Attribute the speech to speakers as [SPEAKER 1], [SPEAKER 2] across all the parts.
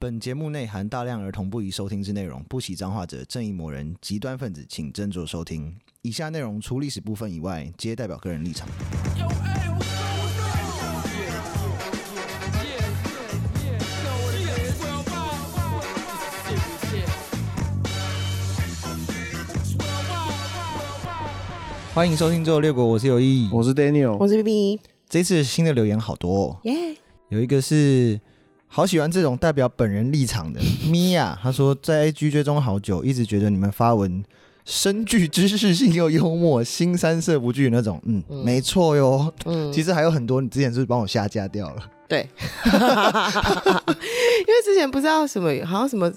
[SPEAKER 1] 本节目内含大量儿童不宜收听之内容，不喜脏话者、正义魔人、极端分子，请斟酌收听。以下内容除历史部分以外，皆代表个人立场。欢迎收听《最后列国》，我是有意。
[SPEAKER 2] 我是 Daniel，
[SPEAKER 3] 我是 B B，
[SPEAKER 1] 这次新的留言好多、哦，
[SPEAKER 3] 耶，
[SPEAKER 1] 有一个是好喜欢这种代表本人立场的米娅，她说在 IG 追踪好久，一直觉得你们发文深具知识性又幽默，新三色不惧那种。嗯，
[SPEAKER 3] 嗯
[SPEAKER 1] 没错哟。
[SPEAKER 3] 嗯，
[SPEAKER 1] 其实还有很多，你之前是不是帮我下架掉了？
[SPEAKER 3] 对，因为之前不知道什么，好像什么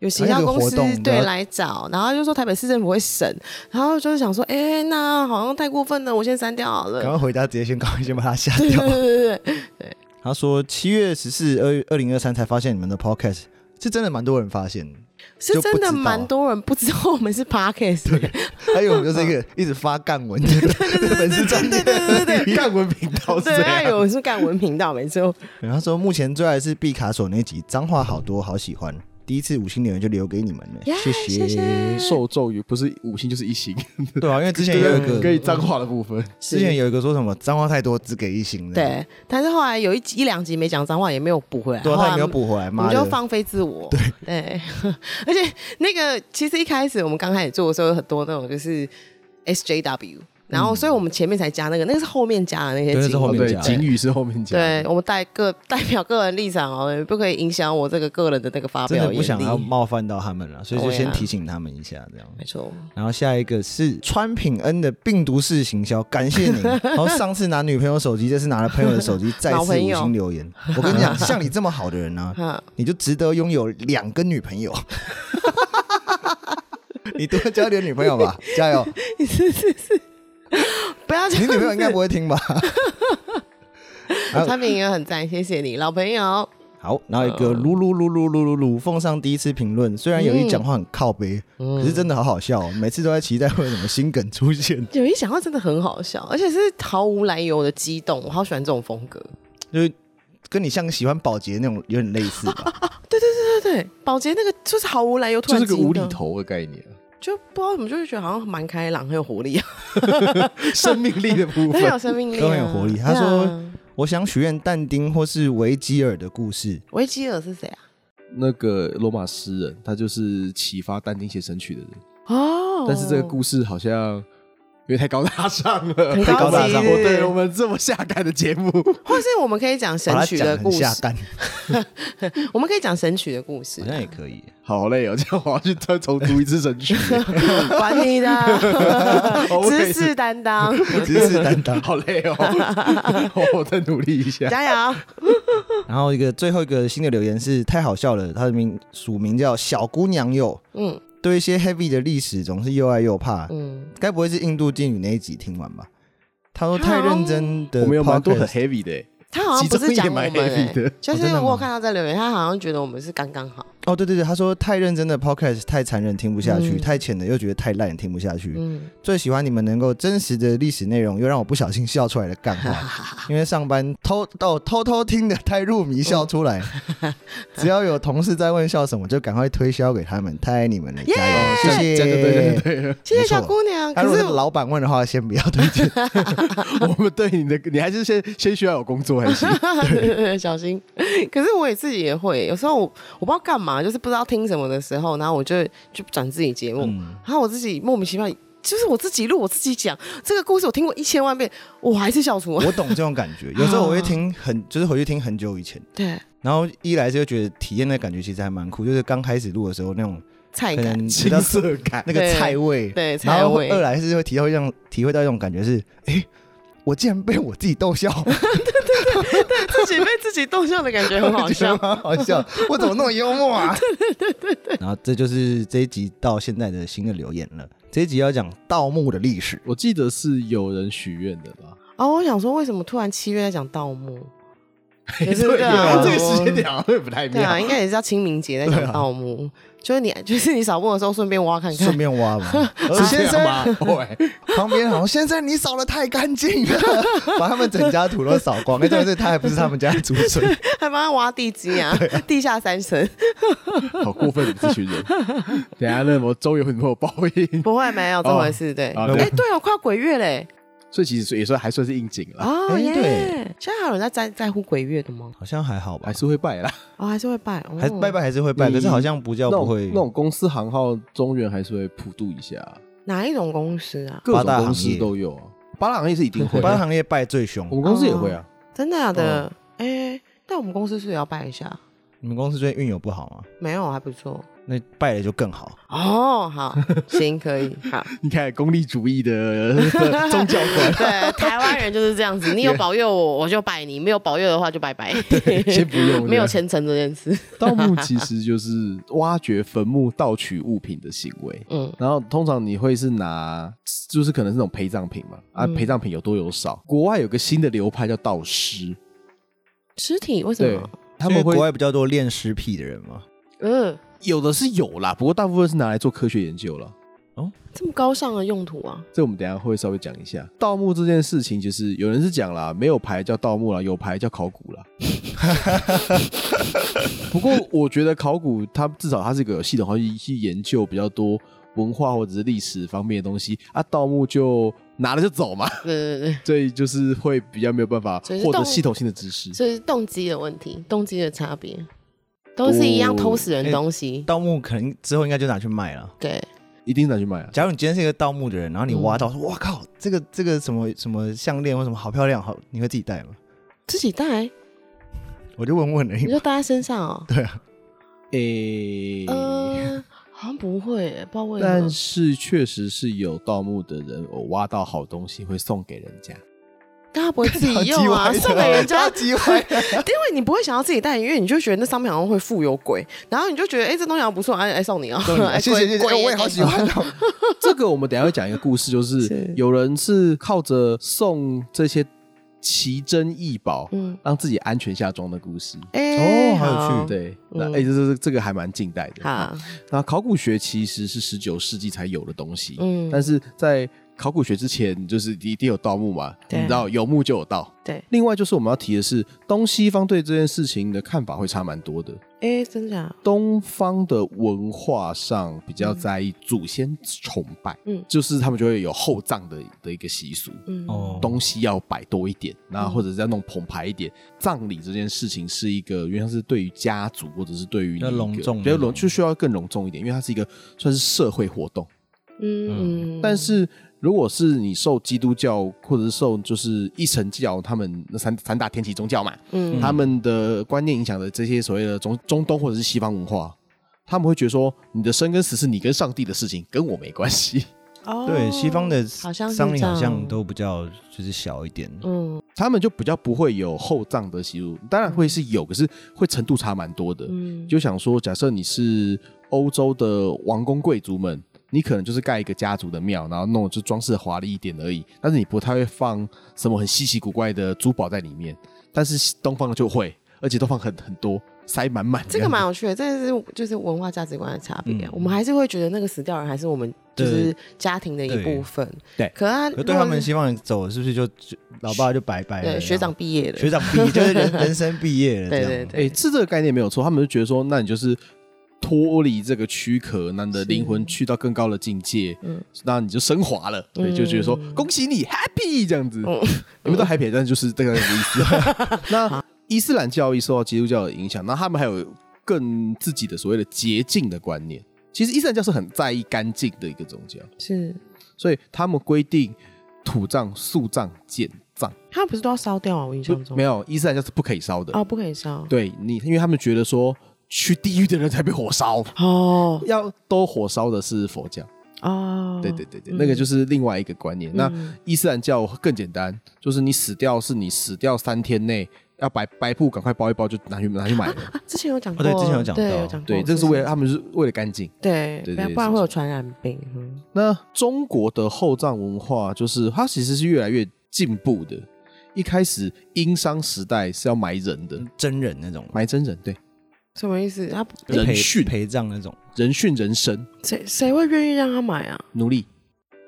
[SPEAKER 3] 有行
[SPEAKER 1] 好像
[SPEAKER 3] 销公司
[SPEAKER 1] 有个活动
[SPEAKER 3] 对
[SPEAKER 1] 然后
[SPEAKER 3] 来找，然后就说台北市政府会审，然后就是想说，哎、那好像太过分了，我先删掉好
[SPEAKER 1] 赶
[SPEAKER 3] 了。
[SPEAKER 1] 快回家，直接先赶快先把它下
[SPEAKER 3] 对
[SPEAKER 1] 掉
[SPEAKER 3] 对。对对对，
[SPEAKER 1] 她说七月十四二二零二三才发现你们的 podcast，是真的蛮多人发现的，
[SPEAKER 3] 是
[SPEAKER 1] 就不
[SPEAKER 3] 真的
[SPEAKER 1] 知道
[SPEAKER 3] 蛮多人不知道我们是 podcast，对
[SPEAKER 1] 还有我们就是一个一直发干文的粉丝专业
[SPEAKER 3] 对对对对
[SPEAKER 1] 干文频道是这
[SPEAKER 3] 对，
[SPEAKER 1] 样
[SPEAKER 3] 还。有是干文频道，没错，
[SPEAKER 1] 然后他说目前最爱的是毕卡索那集，脏话好多，好喜欢。第一次五星留言就留给你们了
[SPEAKER 3] 耶
[SPEAKER 1] 谢
[SPEAKER 3] 谢谢
[SPEAKER 2] 受咒语不是五星就是一星，
[SPEAKER 1] 对啊，因为之前
[SPEAKER 2] 跟
[SPEAKER 1] 也有一个，
[SPEAKER 2] 跟你脏话的部分，
[SPEAKER 1] 之前有一个说什么脏话太多，只给一星的。
[SPEAKER 3] 对，但是后来有一集一两集没讲脏话，也没有补回来，
[SPEAKER 1] 对啊，
[SPEAKER 3] 后
[SPEAKER 1] 他
[SPEAKER 3] 来
[SPEAKER 1] 也没有补回来，
[SPEAKER 3] 我
[SPEAKER 1] 妈
[SPEAKER 3] 们就
[SPEAKER 1] 的。
[SPEAKER 3] 放飞自我。对 而且那个其实一开始我们刚开始做的时候，有很多那种就是 SJW，然后所以我们前面才加那个，那个是后面加的那些
[SPEAKER 1] 嗯对那是
[SPEAKER 3] 警语
[SPEAKER 1] 后面
[SPEAKER 2] 哦对
[SPEAKER 1] 加，
[SPEAKER 2] 警语是后面加。
[SPEAKER 3] 对，我们代个代表个人立场哦，也不可以影响我这个个人的那个发
[SPEAKER 1] 真
[SPEAKER 3] 表
[SPEAKER 1] 的
[SPEAKER 3] 演
[SPEAKER 1] 不想要
[SPEAKER 3] 力。
[SPEAKER 1] 冒犯到他们了，所以就
[SPEAKER 3] 对啊
[SPEAKER 1] 先提醒他们一下这样。
[SPEAKER 3] 没错，
[SPEAKER 1] 然后下一个是川品恩的病毒式行销，感谢 你。然后上次拿女朋友手机，这次拿了朋友的手机，再次
[SPEAKER 3] 老
[SPEAKER 1] 五
[SPEAKER 3] 朋友
[SPEAKER 1] 星留言。我跟你讲，像你这么好的人呢、啊
[SPEAKER 3] 哈，
[SPEAKER 1] 你就值得拥有两个女朋友。 你多交点女朋友吧， 加油！
[SPEAKER 3] 不要
[SPEAKER 1] 你
[SPEAKER 3] 讲
[SPEAKER 1] 女。朋友应该不会听吧？啊
[SPEAKER 3] 产品也很赞，谢谢你，老朋友。
[SPEAKER 1] 好，然后一个噜噜噜噜噜噜噜奉上第一次评论，虽然有一讲话很靠背，
[SPEAKER 3] 嗯
[SPEAKER 1] 可是真的好好笑、哦，每次都在期待会有什么新梗出现，
[SPEAKER 3] 有一讲话真的很好笑，而且是毫无来由的激动，我好喜欢这种风格。
[SPEAKER 1] 就是跟你像喜欢保洁那种有点类似吧。
[SPEAKER 3] 对对对，宝洁那个就是毫无来由突
[SPEAKER 2] 就
[SPEAKER 3] 然
[SPEAKER 2] 是个
[SPEAKER 3] 激
[SPEAKER 2] 无厘
[SPEAKER 3] 动
[SPEAKER 2] 头的概念，
[SPEAKER 3] 就不知道怎么就会觉得好像蛮开朗，很有活力啊，
[SPEAKER 2] 生命力的部
[SPEAKER 3] 很
[SPEAKER 2] 分。
[SPEAKER 3] 有 生命力、啊，
[SPEAKER 1] 都很有活力
[SPEAKER 3] 对啊
[SPEAKER 1] 他说我想许愿但丁或是维吉尔的故事，
[SPEAKER 3] 维吉尔是谁啊？
[SPEAKER 2] 那个罗马诗人，他就是启发但丁写神曲的人，
[SPEAKER 3] 哦，
[SPEAKER 2] 但是这个故事好像因为太高大上了，
[SPEAKER 3] 很
[SPEAKER 1] 太高大上
[SPEAKER 3] 级
[SPEAKER 2] 我对我们这么下干的节目，
[SPEAKER 3] 或是我们可以讲神
[SPEAKER 1] 把它
[SPEAKER 3] 曲
[SPEAKER 1] 讲
[SPEAKER 3] 的
[SPEAKER 1] 得
[SPEAKER 3] 故
[SPEAKER 1] 很
[SPEAKER 3] 事
[SPEAKER 1] 下，蛋，
[SPEAKER 3] 我们可以讲神曲的故事
[SPEAKER 1] 好，像也可以。
[SPEAKER 2] 好累哦，这样我要去再重读一次 神曲，
[SPEAKER 3] 管你的
[SPEAKER 2] 我也
[SPEAKER 3] 知
[SPEAKER 2] 是
[SPEAKER 3] 识担 当，
[SPEAKER 1] 知识担当。
[SPEAKER 2] 好累哦， 我再努力一下。
[SPEAKER 3] 加油！
[SPEAKER 1] 然后一个最后一个新的留言是太好笑了，他的名署名叫小姑娘哟。
[SPEAKER 3] 嗯
[SPEAKER 1] 对一些 heavy 的历史总是又爱又怕，
[SPEAKER 3] 嗯，
[SPEAKER 1] 该不会是印度金语那一集听完吧？他说太认真的，
[SPEAKER 2] 我们有蛮多很 heavy 的欸，
[SPEAKER 3] 他好像不是
[SPEAKER 2] 其中
[SPEAKER 3] 讲
[SPEAKER 2] 也
[SPEAKER 3] 我们、
[SPEAKER 2] 蛮 heavy
[SPEAKER 3] 欸
[SPEAKER 2] 的，
[SPEAKER 3] 就
[SPEAKER 1] 哦
[SPEAKER 3] 是
[SPEAKER 1] 真的吗
[SPEAKER 3] 我有看到在留言，他好像觉得我们是刚刚好，
[SPEAKER 1] 哦，对对对，他说太认真的 podcast 太残忍听不下去，
[SPEAKER 3] 嗯
[SPEAKER 1] 太浅的又觉得太烂听不下去。
[SPEAKER 3] 嗯，
[SPEAKER 1] 最喜欢你们能够真实的历史内容，又让我不小心笑出来的干 话，因为上班偷哦偷偷听的太入迷笑出 来。只要有同事在问笑什么，就赶快推销给他们，太爱你们了，加油！谢谢，
[SPEAKER 2] 这样就对了，对了，
[SPEAKER 3] 谢谢
[SPEAKER 1] 没错
[SPEAKER 3] 小姑娘。
[SPEAKER 1] 那如
[SPEAKER 3] 可
[SPEAKER 1] 果
[SPEAKER 3] 是
[SPEAKER 1] 是老板问的话，先不要推 荐。
[SPEAKER 2] 我们对你的，你还是先先需要有工作还行。
[SPEAKER 3] 小心。可是我也自己也会，有时候我我不知道干嘛，就是不知道听什么的时候，然后我就就转自己节目，
[SPEAKER 1] 嗯
[SPEAKER 3] 然后我自己莫名其妙，就是我自己录我自己讲这个故事，我听过一千万遍，我还是笑出来。
[SPEAKER 1] 我懂这种感觉，有时候我会听很，就是回去听很久以前，
[SPEAKER 3] 对，
[SPEAKER 1] 然后一来就觉得体验的感觉其实还蛮酷，就是刚开始录的时候那种
[SPEAKER 3] 菜
[SPEAKER 1] 可
[SPEAKER 3] 感
[SPEAKER 1] 能比
[SPEAKER 2] 青
[SPEAKER 1] 较
[SPEAKER 2] 涩感，
[SPEAKER 1] 那个菜味，
[SPEAKER 3] 对对
[SPEAKER 1] 然后
[SPEAKER 3] 菜味
[SPEAKER 1] 二来是会体会这种体会到一种感觉是，哎，我竟然被我自己逗笑，
[SPEAKER 3] 自己被自己逗笑的感觉 很好
[SPEAKER 1] 觉得
[SPEAKER 3] 笑。
[SPEAKER 1] 蛮好笑，我怎么那么幽默啊？对对对对。然后这就是这一集到现在的新的留言了，这一集要讲盗墓的历史，
[SPEAKER 2] 我记得是有人许愿的吧？
[SPEAKER 3] 然后我想说，为什么突然七月在讲盗墓？也 是
[SPEAKER 2] 对
[SPEAKER 3] 对啊，
[SPEAKER 2] 这个
[SPEAKER 3] 我
[SPEAKER 2] 时间点好像也不太
[SPEAKER 3] 对啊，
[SPEAKER 2] 妙。
[SPEAKER 3] 应该也是叫清明节在讲盗墓，就是你 就是你扫墓的时候顺便挖看看
[SPEAKER 1] 啊顺，便挖嘛。 呃
[SPEAKER 2] 是这
[SPEAKER 1] 先
[SPEAKER 2] 样
[SPEAKER 1] 生，
[SPEAKER 2] 吗？喂，
[SPEAKER 1] 旁边好像先生你扫的太干净了， 把他们整家土都扫光。那但是他还不是他们家的祖孙，
[SPEAKER 3] 还帮他挖地 基啊，地下三层。
[SPEAKER 2] 好过分，你们这群 人！等一下那我周围会不会有报应？
[SPEAKER 3] 不会，没有这回事，对。
[SPEAKER 2] 啊
[SPEAKER 3] 哎、
[SPEAKER 2] 对
[SPEAKER 3] 对哦，快要鬼月嘞！
[SPEAKER 2] 所以其实也算还算是应景了，
[SPEAKER 3] 哦
[SPEAKER 1] 哎
[SPEAKER 3] 耶！
[SPEAKER 1] 对
[SPEAKER 3] 现在还有人在在在乎鬼月的吗？
[SPEAKER 1] 好像还好吧
[SPEAKER 2] 还？是会拜啦。
[SPEAKER 3] 哦，还是会拜，哦、
[SPEAKER 1] 还拜拜还是会拜，
[SPEAKER 2] 你
[SPEAKER 1] 可是好像不叫
[SPEAKER 2] 那
[SPEAKER 1] 不
[SPEAKER 2] 种
[SPEAKER 1] 会
[SPEAKER 2] 那。种公司行号中原还是会普渡一下，
[SPEAKER 3] 哪一种公司啊？
[SPEAKER 2] 各
[SPEAKER 1] 八大
[SPEAKER 2] 种公
[SPEAKER 1] 行
[SPEAKER 2] 司
[SPEAKER 1] 业
[SPEAKER 2] 都有啊。八大行业是一定会
[SPEAKER 1] 八大
[SPEAKER 2] 的，
[SPEAKER 1] 行业拜最凶
[SPEAKER 2] 我，们公司也会啊。
[SPEAKER 3] 真的假
[SPEAKER 1] 哦
[SPEAKER 3] 的？哎、但我们公司是也要拜一下，
[SPEAKER 1] 你们公司最近运有不好吗？
[SPEAKER 3] 没有，还不错。
[SPEAKER 1] 那拜了就更好。
[SPEAKER 3] 哦，好，行，可以， 好。
[SPEAKER 2] 你看功利主义 的宗教 观，
[SPEAKER 3] 对，台湾人就是这 样子，你有保佑我，我就拜你；没有保佑的话，就拜拜。
[SPEAKER 2] 先不用
[SPEAKER 3] 没有
[SPEAKER 2] 钱。
[SPEAKER 3] 虔诚这件事。
[SPEAKER 2] 盗墓其实就是挖掘坟墓盗取物品的行为。
[SPEAKER 3] 嗯，
[SPEAKER 2] 然后通常你会是拿，就是可能是那种陪葬品嘛，啊，
[SPEAKER 3] 嗯
[SPEAKER 2] 陪葬品有多有少。国外有个新的流派叫盗尸，
[SPEAKER 3] 尸体为什
[SPEAKER 2] 对
[SPEAKER 3] 么？，
[SPEAKER 2] 他
[SPEAKER 1] 所
[SPEAKER 2] 们
[SPEAKER 1] 以国
[SPEAKER 2] 会
[SPEAKER 1] 外比较多恋尸癖的人嘛，
[SPEAKER 3] 嗯，
[SPEAKER 2] 有的是有啦，不过大部分是拿来做科学研究了。
[SPEAKER 3] 这么高尚的用途啊！
[SPEAKER 2] 这我们等一下会稍微讲一下。盗墓这件事情，就是有人是讲啦，没有牌叫盗墓啦，有牌叫考古啦。 不过我觉得考古它至少它是一个有系统化去去研究比较多文化或者是历史方面的东西啊，盗墓就拿了就走嘛，
[SPEAKER 3] 对对对。
[SPEAKER 2] 所以就是会比较没有办法
[SPEAKER 3] 所以是
[SPEAKER 2] 获
[SPEAKER 3] 盗
[SPEAKER 2] 得
[SPEAKER 3] 墓
[SPEAKER 2] 系统性的知识。
[SPEAKER 3] 所以是动机的问题，动机的差别，都是一样偷死人东西。
[SPEAKER 1] 盗墓可能之后应该就拿去卖了。
[SPEAKER 3] 对，
[SPEAKER 2] 一定是拿去卖啊！
[SPEAKER 1] 假如你今天是一个盗墓的人，然后你挖到
[SPEAKER 3] 嗯
[SPEAKER 1] 说，哇靠，这个这个什么什么项链或什么好漂亮，好，你会自己戴吗？
[SPEAKER 3] 自己带，
[SPEAKER 1] 我就问 问而已
[SPEAKER 3] 你
[SPEAKER 1] 嘛。
[SPEAKER 3] 就带在身上 哦。
[SPEAKER 1] 对啊，
[SPEAKER 2] 诶、
[SPEAKER 3] 呃，好像不会，不知道为什
[SPEAKER 2] 但
[SPEAKER 3] 么。
[SPEAKER 2] 是确实是有盗墓的人，我挖到好东西会送给人家。
[SPEAKER 3] 但他不会自己用啊，送给人家， 因
[SPEAKER 1] 机会。
[SPEAKER 3] 为你不会想要自己带，因为你就觉得那上面好像会附有鬼，然后你就觉得哎、这东西好像不错，哎、哎送你哦、
[SPEAKER 1] 送你
[SPEAKER 3] 哎
[SPEAKER 1] 谢谢
[SPEAKER 3] 鬼
[SPEAKER 1] 谢谢，
[SPEAKER 3] 鬼
[SPEAKER 1] 哎我也好喜欢哦。
[SPEAKER 2] 这个我们等一下会讲一个故事，就是
[SPEAKER 3] 是
[SPEAKER 2] 有人是靠着送这些奇珍异宝，
[SPEAKER 3] 嗯，
[SPEAKER 2] 让自己安全下庄的故事。
[SPEAKER 3] 哎、
[SPEAKER 1] 哦好有趣
[SPEAKER 2] 对，那哎、
[SPEAKER 3] 嗯
[SPEAKER 2] 这这这个还蛮近代的。
[SPEAKER 3] 好，
[SPEAKER 2] 那考古学其实是十九世纪才有的东西，
[SPEAKER 3] 嗯
[SPEAKER 2] 但是在考古学之前，就是一定有盗墓嘛，你
[SPEAKER 3] 对
[SPEAKER 2] 知道有墓就有盗。
[SPEAKER 3] 对，
[SPEAKER 2] 另外就是我们要提的是，东西方对这件事情的看法会差蛮多的。
[SPEAKER 3] 哎、真假？
[SPEAKER 2] 东方的文化上比较在意祖先崇拜，
[SPEAKER 3] 嗯
[SPEAKER 2] 就是他们就会有厚葬的的一个习俗，
[SPEAKER 3] 嗯，
[SPEAKER 1] 哦
[SPEAKER 2] 东西要摆多一点，那或者是要弄澎湃一点。葬礼这件事情是一个，因为它是对于家族或者是对于
[SPEAKER 1] 比较
[SPEAKER 2] 一个
[SPEAKER 1] 隆重
[SPEAKER 2] 比较
[SPEAKER 1] 那
[SPEAKER 2] 隆
[SPEAKER 1] 种
[SPEAKER 2] 就需要更隆重一点，因为它是一个算是社会活动。
[SPEAKER 3] 嗯嗯，
[SPEAKER 2] 但是如果是你受基督教或者是受就是一神教，他们那三三大天启宗教嘛，
[SPEAKER 3] 嗯
[SPEAKER 2] 他们的观念影响的这些所谓的中中东或者是西方文化，他们会觉得说你的生跟死是你跟上帝的事情，跟我没关系。
[SPEAKER 3] 哦
[SPEAKER 1] 对，西方的
[SPEAKER 3] 好像是
[SPEAKER 1] 丧礼好
[SPEAKER 3] 这样
[SPEAKER 1] 像都比较就是小一点。
[SPEAKER 3] 嗯
[SPEAKER 2] 他们就比较不会有厚葬的习俗，当然会是有，可是会程度差蛮多的。
[SPEAKER 3] 嗯，
[SPEAKER 2] 就想说，假设你是欧洲的王公贵族们，你可能就是盖一个家族的庙，然后弄得就装饰华丽一点而已，但是你不太会放什么很稀奇古怪的珠宝在里面。但是东方的就会，而且东方很很多，塞满满。
[SPEAKER 3] 这个蛮有趣的，这是就是文化价值观的差别、啊
[SPEAKER 1] 嗯
[SPEAKER 3] 我们还是会觉得那个死掉人还是我们就是家庭的一部分。
[SPEAKER 2] 对对
[SPEAKER 3] 可他
[SPEAKER 1] 可对他
[SPEAKER 3] 如
[SPEAKER 1] 们
[SPEAKER 3] 果是
[SPEAKER 1] 西方人走，是不是就就老爸就拜拜了？
[SPEAKER 3] 对学长毕业了，
[SPEAKER 1] 学长毕业 就是人人生毕业了，这
[SPEAKER 3] 对
[SPEAKER 1] 样
[SPEAKER 3] 对
[SPEAKER 2] 哎、
[SPEAKER 3] 对，
[SPEAKER 2] 是这个概念没有错，他们就觉得说，那你就是脱离这个躯壳，那你的
[SPEAKER 3] 是
[SPEAKER 2] 灵魂去到更高的境界，
[SPEAKER 3] 嗯
[SPEAKER 2] 那你就升华了，对，就觉得说
[SPEAKER 3] 嗯
[SPEAKER 2] 恭喜你 happy 这样子，
[SPEAKER 3] 嗯
[SPEAKER 2] 你们都 happy，但就是这个 意思。 那伊斯兰教义受到基督教的影响，那他们还有更自己的所谓的洁净的观念。其实伊斯兰教是很在意干净的一个宗教，
[SPEAKER 3] 是
[SPEAKER 2] 所以他们规定土葬、树葬、简葬，
[SPEAKER 3] 他不是都要烧掉啊？我印象中
[SPEAKER 2] 没有伊斯兰教是不可以烧的。
[SPEAKER 3] 哦，不可以烧。
[SPEAKER 2] 对你，因为他们觉得说去地狱的人才被火烧，
[SPEAKER 3] 哦
[SPEAKER 2] 要都火烧的是佛教。
[SPEAKER 3] 哦，
[SPEAKER 2] 对对对对，
[SPEAKER 3] 嗯
[SPEAKER 2] 那个就是另外一个观念。那伊斯兰教更简单，就是你死掉是你死掉三天内要白白布赶快包一包就拿去拿去买了。
[SPEAKER 3] 啊之前有讲过，
[SPEAKER 1] 哦对之前有讲到
[SPEAKER 3] 对有讲过，
[SPEAKER 2] 对，这个是为了他们是为了干净。
[SPEAKER 3] 对，
[SPEAKER 2] 对
[SPEAKER 3] 不然
[SPEAKER 2] 对
[SPEAKER 3] 不然会
[SPEAKER 2] 是
[SPEAKER 3] 有传染病。嗯
[SPEAKER 2] 那中国的厚葬文化就是它其实是越来越进步的。一开始殷商时代是要埋人的，
[SPEAKER 1] 真人那种吗，
[SPEAKER 2] 埋真人，对，
[SPEAKER 3] 什么意思？他
[SPEAKER 2] 人
[SPEAKER 1] 陪
[SPEAKER 2] 殉
[SPEAKER 1] 陪葬那种。
[SPEAKER 2] 人殉人身，
[SPEAKER 3] 谁谁会愿意让他买啊？
[SPEAKER 2] 奴隶。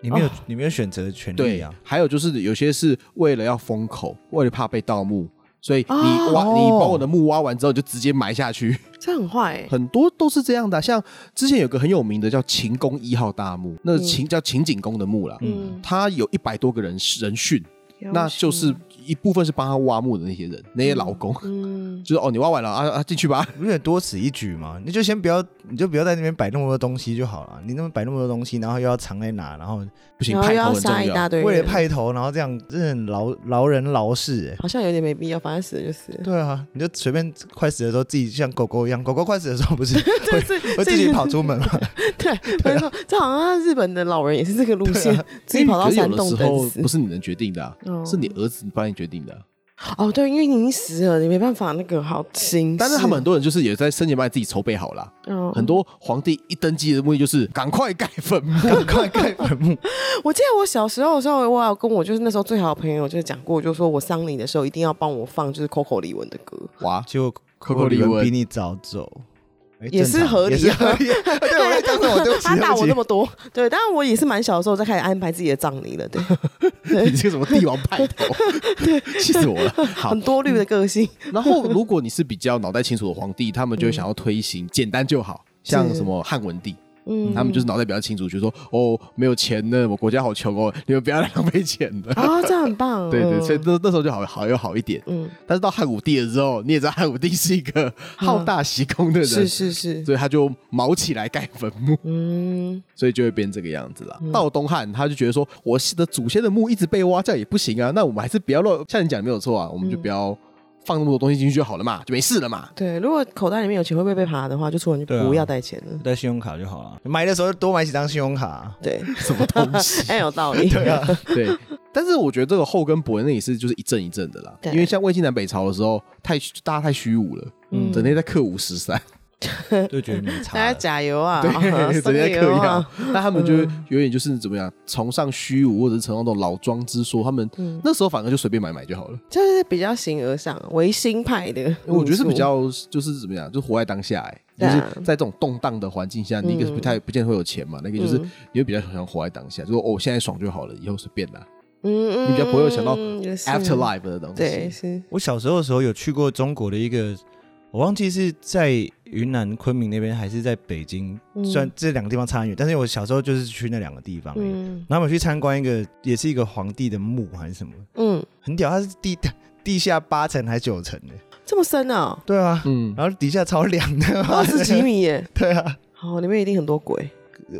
[SPEAKER 1] 你没有、
[SPEAKER 3] 哦
[SPEAKER 1] 你没有选择的权利
[SPEAKER 2] 对
[SPEAKER 3] 嗯
[SPEAKER 1] 啊，
[SPEAKER 2] 还有就是有些是为了要封口，为了怕被盗墓，所以你
[SPEAKER 3] 哦
[SPEAKER 2] 挖、你把我的墓挖完之后就直接埋 下去，
[SPEAKER 3] 这很坏、欸，
[SPEAKER 2] 很多都是这样的啊。像之前有个很有名的叫秦公一号大墓，那
[SPEAKER 3] 嗯
[SPEAKER 2] 秦、叫秦景公的墓啦，
[SPEAKER 3] 嗯，
[SPEAKER 2] 他有一百多个人人殉，
[SPEAKER 3] 要
[SPEAKER 2] 嗯那就是一部分是帮他挖墓的那些人，那些劳工。
[SPEAKER 3] 嗯，
[SPEAKER 2] 就是哦，你挖完了啊啊，进去吧。
[SPEAKER 1] 不是多此一举嘛？你就先不要，你就不要在那边摆那么多东西就好了。你那么摆那么多东西，然后又要藏在哪，然后
[SPEAKER 2] 不行，
[SPEAKER 3] 然后
[SPEAKER 2] 派
[SPEAKER 3] 又
[SPEAKER 2] 头
[SPEAKER 3] 要
[SPEAKER 2] 很重
[SPEAKER 3] 杀一
[SPEAKER 2] 要
[SPEAKER 3] 大。堆人，
[SPEAKER 1] 为了派头，然后这样真的很劳劳人劳事、欸。
[SPEAKER 3] 好像有点没必要，反正死了就 死了。
[SPEAKER 1] 对啊，你就随便快死的时候自己像狗狗一样，狗狗快死的时候 不是会
[SPEAKER 3] 是
[SPEAKER 1] 会自己跑出门 吗？
[SPEAKER 3] 对，啊没错，这好像日本的老人也是这个路线，自己跑到
[SPEAKER 2] 可是有
[SPEAKER 3] 山
[SPEAKER 2] 的
[SPEAKER 3] 洞
[SPEAKER 2] 时候
[SPEAKER 3] 等死
[SPEAKER 2] 不。是你能决定的啊、
[SPEAKER 3] 哦
[SPEAKER 2] 是你儿子帮你决定的啊、
[SPEAKER 3] 哦，对，因为你已经死了，你没办法那个好行事。
[SPEAKER 2] 但是他们很多人就是也在生前把自己筹备好了啊、
[SPEAKER 3] 嗯
[SPEAKER 2] 很多皇帝一登基的目的就是赶快盖坟 墓，
[SPEAKER 1] 赶快盖坟墓，
[SPEAKER 3] 我记得我小时候的时候，我有跟我就是那时候最好的朋友就是讲过，就说我丧礼的时候一定要帮我放就是 Coco 李玟的歌，
[SPEAKER 2] 哇，
[SPEAKER 1] 结果
[SPEAKER 2] Coco
[SPEAKER 1] 李
[SPEAKER 2] 李玟
[SPEAKER 1] 比你早走，哎
[SPEAKER 3] 也是
[SPEAKER 1] 正常
[SPEAKER 3] 合理啊
[SPEAKER 1] 也是合 理啊。对，我在讲什么？对不起，
[SPEAKER 3] 他打我
[SPEAKER 1] 对 不
[SPEAKER 3] 那
[SPEAKER 1] 起
[SPEAKER 3] 么多，对，当然我也是蛮小的时候再开始安排自己的葬礼了，对，
[SPEAKER 2] 你这个什么帝王派头， 气死我了。好
[SPEAKER 3] 很，多虑的个性，
[SPEAKER 2] 然后如果你是比较脑袋清楚的皇帝，他们就会想要推行简单就好，像什么汉文帝，
[SPEAKER 3] 嗯，
[SPEAKER 2] 他们就是脑袋比较清楚，就说哦，没有钱呢，我国家好穷哦，你们不要浪费钱了。
[SPEAKER 3] 啊，这样很棒，
[SPEAKER 2] 对对，
[SPEAKER 3] 嗯
[SPEAKER 2] 所以那那时候就好好又好一点。
[SPEAKER 3] 嗯，
[SPEAKER 2] 但是到汉武帝的时候，你也知道汉武帝是一个好大喜功的
[SPEAKER 3] 嗯
[SPEAKER 2] 人，
[SPEAKER 3] 是是是，
[SPEAKER 2] 所以他就毛起来盖坟墓，
[SPEAKER 3] 嗯，
[SPEAKER 2] 所以就会变这个样子啦。到东汉，他就觉得说，我的祖先的墓一直被挖掉也不行啊，那我们还是不要乱，像你讲的没有错啊，
[SPEAKER 3] 嗯
[SPEAKER 2] 我们就不要放那么多东西进去就好了嘛，就没事 了嘛。
[SPEAKER 3] 对，如果口袋里面有钱会不会被扒的话，就出门就
[SPEAKER 1] 对啊
[SPEAKER 3] 不要带钱了，
[SPEAKER 1] 带信用卡就好了，买的时候多买几张信用卡啊。
[SPEAKER 3] 对，
[SPEAKER 2] 什么东 西？
[SPEAKER 3] 哎，有道理，
[SPEAKER 1] 对啊，
[SPEAKER 2] 对，但是我觉得这个后跟伯那也是就是一阵一阵的啦，
[SPEAKER 3] 对
[SPEAKER 2] 因为像魏晋南北朝的时候，太大家太虚无了，
[SPEAKER 3] 嗯
[SPEAKER 2] 整天在刻五十三，
[SPEAKER 1] 嗯就觉得没 差
[SPEAKER 3] 大家
[SPEAKER 1] 了。
[SPEAKER 3] 加油啊，
[SPEAKER 2] 对， 整
[SPEAKER 3] 加
[SPEAKER 2] 天在刻
[SPEAKER 3] 油啊
[SPEAKER 2] 药，。 那他们就
[SPEAKER 3] 嗯
[SPEAKER 2] 有点就是怎么样，崇尚虚无或者是崇尚那种老庄之说，他们
[SPEAKER 3] 嗯
[SPEAKER 2] 那时候反而就随便买买就好了。
[SPEAKER 3] 就是比较形而上，唯心派的民俗，
[SPEAKER 2] 我觉得是比较就是怎么样，就活在当下、欸，就
[SPEAKER 3] 对啊
[SPEAKER 2] 是在这种动荡的环境下，你一个是不太不见得会有钱嘛，那个就是
[SPEAKER 3] 嗯
[SPEAKER 2] 你会比较想活在当下，就说哦现在爽就好了，以后随便啦
[SPEAKER 3] 嗯，嗯
[SPEAKER 2] 你比较不会有想到
[SPEAKER 3] 嗯也是
[SPEAKER 2] ，after life 的东
[SPEAKER 3] 对，
[SPEAKER 2] 西，
[SPEAKER 3] 是
[SPEAKER 1] 我小时候的时候有去过中国的一个，我忘记是在云南昆明那边还是在北京，
[SPEAKER 3] 嗯
[SPEAKER 1] 虽然这两个地方差很远，但是我小时候就是去那两个地方而已。
[SPEAKER 3] 嗯
[SPEAKER 1] 然后我去参观一个，也是一个皇帝的墓还是什么，
[SPEAKER 3] 嗯，
[SPEAKER 1] 很屌，它是地 地下八层还是九层的，
[SPEAKER 3] 这么深 啊，
[SPEAKER 1] 对啊，
[SPEAKER 2] 嗯，
[SPEAKER 1] 然后底下超凉的，
[SPEAKER 3] 二十几，米耶，
[SPEAKER 1] 对啊，
[SPEAKER 3] 哦，里面一定很多 鬼，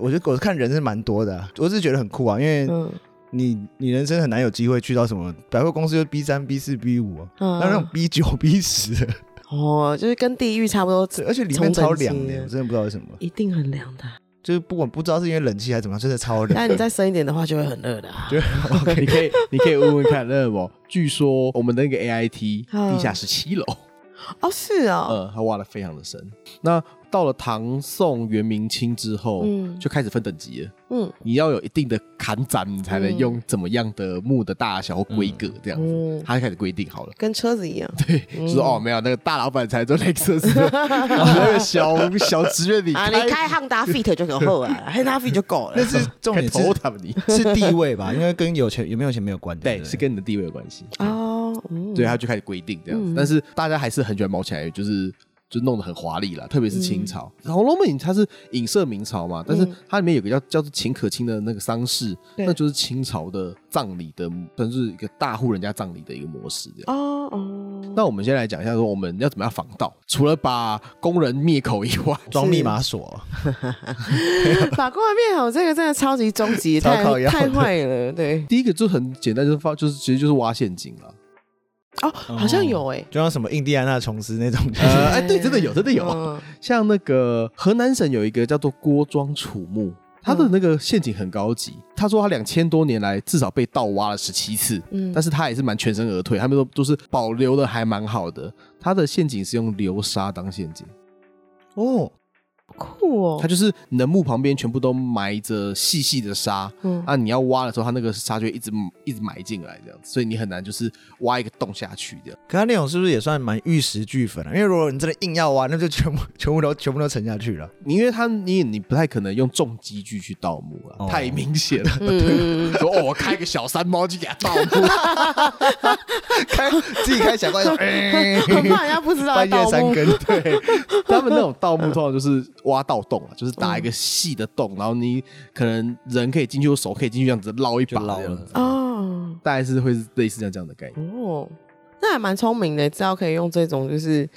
[SPEAKER 1] 我觉得我看人是蛮多的啊、我只是觉得很酷啊，因为
[SPEAKER 3] 嗯
[SPEAKER 1] 你你人生很难有机会去到什么百货公司就 B 三 B 四 B 五、啊，
[SPEAKER 3] 嗯，
[SPEAKER 1] 那那种 B 九 B 十，
[SPEAKER 3] 哦，就是跟地狱差不多，
[SPEAKER 1] 而且里面超凉
[SPEAKER 3] 重等级
[SPEAKER 1] 的，我真的不知道为什么。
[SPEAKER 3] 一定很凉的，
[SPEAKER 1] 就是不管不知道是因为冷气还是怎么样，真的超冷。
[SPEAKER 3] 但你再深一点的话就会很热的啊，
[SPEAKER 1] 就 OK，
[SPEAKER 2] 你可以你可以问问看那什么，据说我们的那个 AIT
[SPEAKER 3] 嗯
[SPEAKER 2] 地下十七楼，
[SPEAKER 3] 哦，是啊，
[SPEAKER 2] 嗯，它挖的非常的深。那到了唐宋元明清之后，
[SPEAKER 3] 嗯
[SPEAKER 2] 就开始分等级了。
[SPEAKER 3] 嗯
[SPEAKER 2] 你要有一定的砍斩，你才能用怎么样的木的大小或规格这样子
[SPEAKER 3] 嗯，
[SPEAKER 2] 它就开始规定好了。
[SPEAKER 3] 跟车子一样，
[SPEAKER 2] 对，就
[SPEAKER 3] 嗯
[SPEAKER 2] 说哦，没有那个大老板才做 Lexus，的 那个小小职员你
[SPEAKER 3] 啊，
[SPEAKER 2] 开
[SPEAKER 3] 你开 Honda Fit 就够厚啊，Honda Fit 就够了
[SPEAKER 1] 但， 是重
[SPEAKER 2] 开
[SPEAKER 1] 点
[SPEAKER 2] 头
[SPEAKER 1] 是
[SPEAKER 2] 他们你，
[SPEAKER 1] 是地位吧，因为跟有钱有没有钱没有关的。
[SPEAKER 2] 对，
[SPEAKER 1] 不
[SPEAKER 2] 是跟你的地位有关系。
[SPEAKER 3] 哦，嗯
[SPEAKER 2] 对，他就开始规定这样子。
[SPEAKER 3] 嗯
[SPEAKER 2] 但是大家还是很喜欢毛起来，就是就弄得很华丽啦，特别是清朝
[SPEAKER 3] 嗯
[SPEAKER 2] 《红楼梦》它是影射明朝嘛，但是它里面有个叫叫做秦可卿的那个丧事，
[SPEAKER 3] 对
[SPEAKER 2] 那就是清朝的葬礼的，算是一个大户人家葬礼的一个模式这样。
[SPEAKER 3] 哦哦，
[SPEAKER 2] 那我们先来讲一下，说我们要怎么样防盗？除了把工人灭口以外，
[SPEAKER 1] 装密码锁，
[SPEAKER 3] 法官的面孔这个真的超级终极，
[SPEAKER 1] 超
[SPEAKER 3] 太
[SPEAKER 1] 靠腰
[SPEAKER 3] 太
[SPEAKER 1] 的
[SPEAKER 3] 坏了，对，
[SPEAKER 2] 第一个就很简单，就是放，就是其实就是挖陷阱 了。
[SPEAKER 3] 哦，好像有哎，
[SPEAKER 1] 就像什么印第安纳琼斯那种，
[SPEAKER 2] 呃，哎，对，真的有，真的有。
[SPEAKER 3] 嗯
[SPEAKER 2] 像那个河南省有一个叫做郭庄楚墓，它的那个陷阱很高级。他说他两千多年来至少被盗挖了十七次，
[SPEAKER 3] 嗯
[SPEAKER 2] 但是他也是蛮全身而退，他们都都是保留的还蛮好的。他的陷阱是用流沙当陷阱，
[SPEAKER 1] 哦，
[SPEAKER 3] 酷酷哦
[SPEAKER 2] 它！就是人墓旁边全部都埋着细细的沙，
[SPEAKER 3] 嗯
[SPEAKER 2] 啊，你要挖的时候，它那个沙就会一直一直埋进来这样子，所以你很难就是挖一个洞下去这样。
[SPEAKER 1] 可他那种是不是也算蛮玉石俱焚啊？因为如果你真的硬要挖，那就全部全部都全部都沉下去了。
[SPEAKER 2] 你因为它你你不太可能用重机具去盗墓啊，
[SPEAKER 1] 哦
[SPEAKER 2] 太明显了。
[SPEAKER 3] 嗯，
[SPEAKER 2] 说哦，我开个小山猫去给它盗墓，
[SPEAKER 1] 开自己开小 怪兽，哎
[SPEAKER 3] 很怕人家不知道
[SPEAKER 1] 半夜
[SPEAKER 3] 盗
[SPEAKER 1] 三
[SPEAKER 3] 墓。
[SPEAKER 1] 更，对，
[SPEAKER 2] 他们那种盗墓通常就是挖盗洞啊，就是打一个细的洞，然后你可能人可以进去，手可以进去，这样子捞一把
[SPEAKER 1] 就捞
[SPEAKER 2] 这样子
[SPEAKER 1] 了，
[SPEAKER 3] 哦
[SPEAKER 2] 大概是会是类似这样这样的概念。
[SPEAKER 3] 哦，那还蛮聪明的，知道可以用这种就是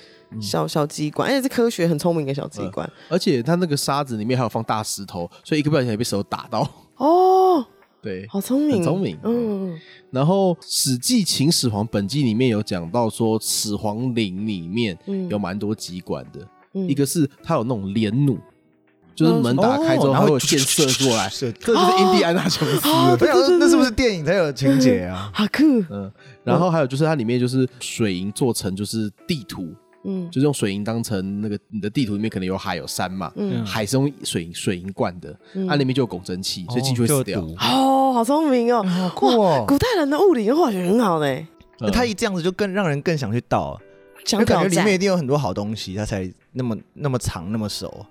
[SPEAKER 3] 小小机关，而且是科学很聪明的小机关。
[SPEAKER 2] 而且它那个沙子里面还有放大石头，所以一个不小心也被石头打到。
[SPEAKER 3] 哦，
[SPEAKER 2] 对，
[SPEAKER 3] 好聪明，
[SPEAKER 2] 很聪明
[SPEAKER 3] 嗯，
[SPEAKER 2] 然后《史记·秦始皇本纪》里面有讲到说，始皇陵里面
[SPEAKER 3] 嗯
[SPEAKER 2] 有蛮多机关的，
[SPEAKER 3] 嗯
[SPEAKER 2] 一个是它有那种帘弩，就是门打开之后，
[SPEAKER 1] 哦
[SPEAKER 2] 它
[SPEAKER 1] 然后
[SPEAKER 2] 会有箭射出来，
[SPEAKER 1] 射
[SPEAKER 2] 这就是印第安纳琼斯了
[SPEAKER 3] 哦
[SPEAKER 1] 我想说啊那是不是电影才有情节啊？
[SPEAKER 3] 好酷，
[SPEAKER 2] 嗯，然后还有就是它里面就是水银做成就是地图，
[SPEAKER 3] 嗯
[SPEAKER 2] 就是用水银当成那个你的地图里面可能有海有山嘛，
[SPEAKER 3] 嗯
[SPEAKER 2] 海是用水银水银灌的，它、
[SPEAKER 3] 嗯
[SPEAKER 2] 里面就有汞蒸气， 所以进去会
[SPEAKER 1] 就
[SPEAKER 2] 死
[SPEAKER 1] 有
[SPEAKER 2] 掉。
[SPEAKER 1] 毒
[SPEAKER 3] 哦，好聪明哦，
[SPEAKER 1] 好酷哦
[SPEAKER 3] 哇古代人的物理跟化学很好呢，
[SPEAKER 2] 嗯
[SPEAKER 1] 他一这样子就更让人更想去啊盗，因
[SPEAKER 3] 想
[SPEAKER 1] 为感
[SPEAKER 3] 挑
[SPEAKER 1] 觉里面一
[SPEAKER 3] 战，
[SPEAKER 1] 定有很多好东西，他才那么那么长那么熟。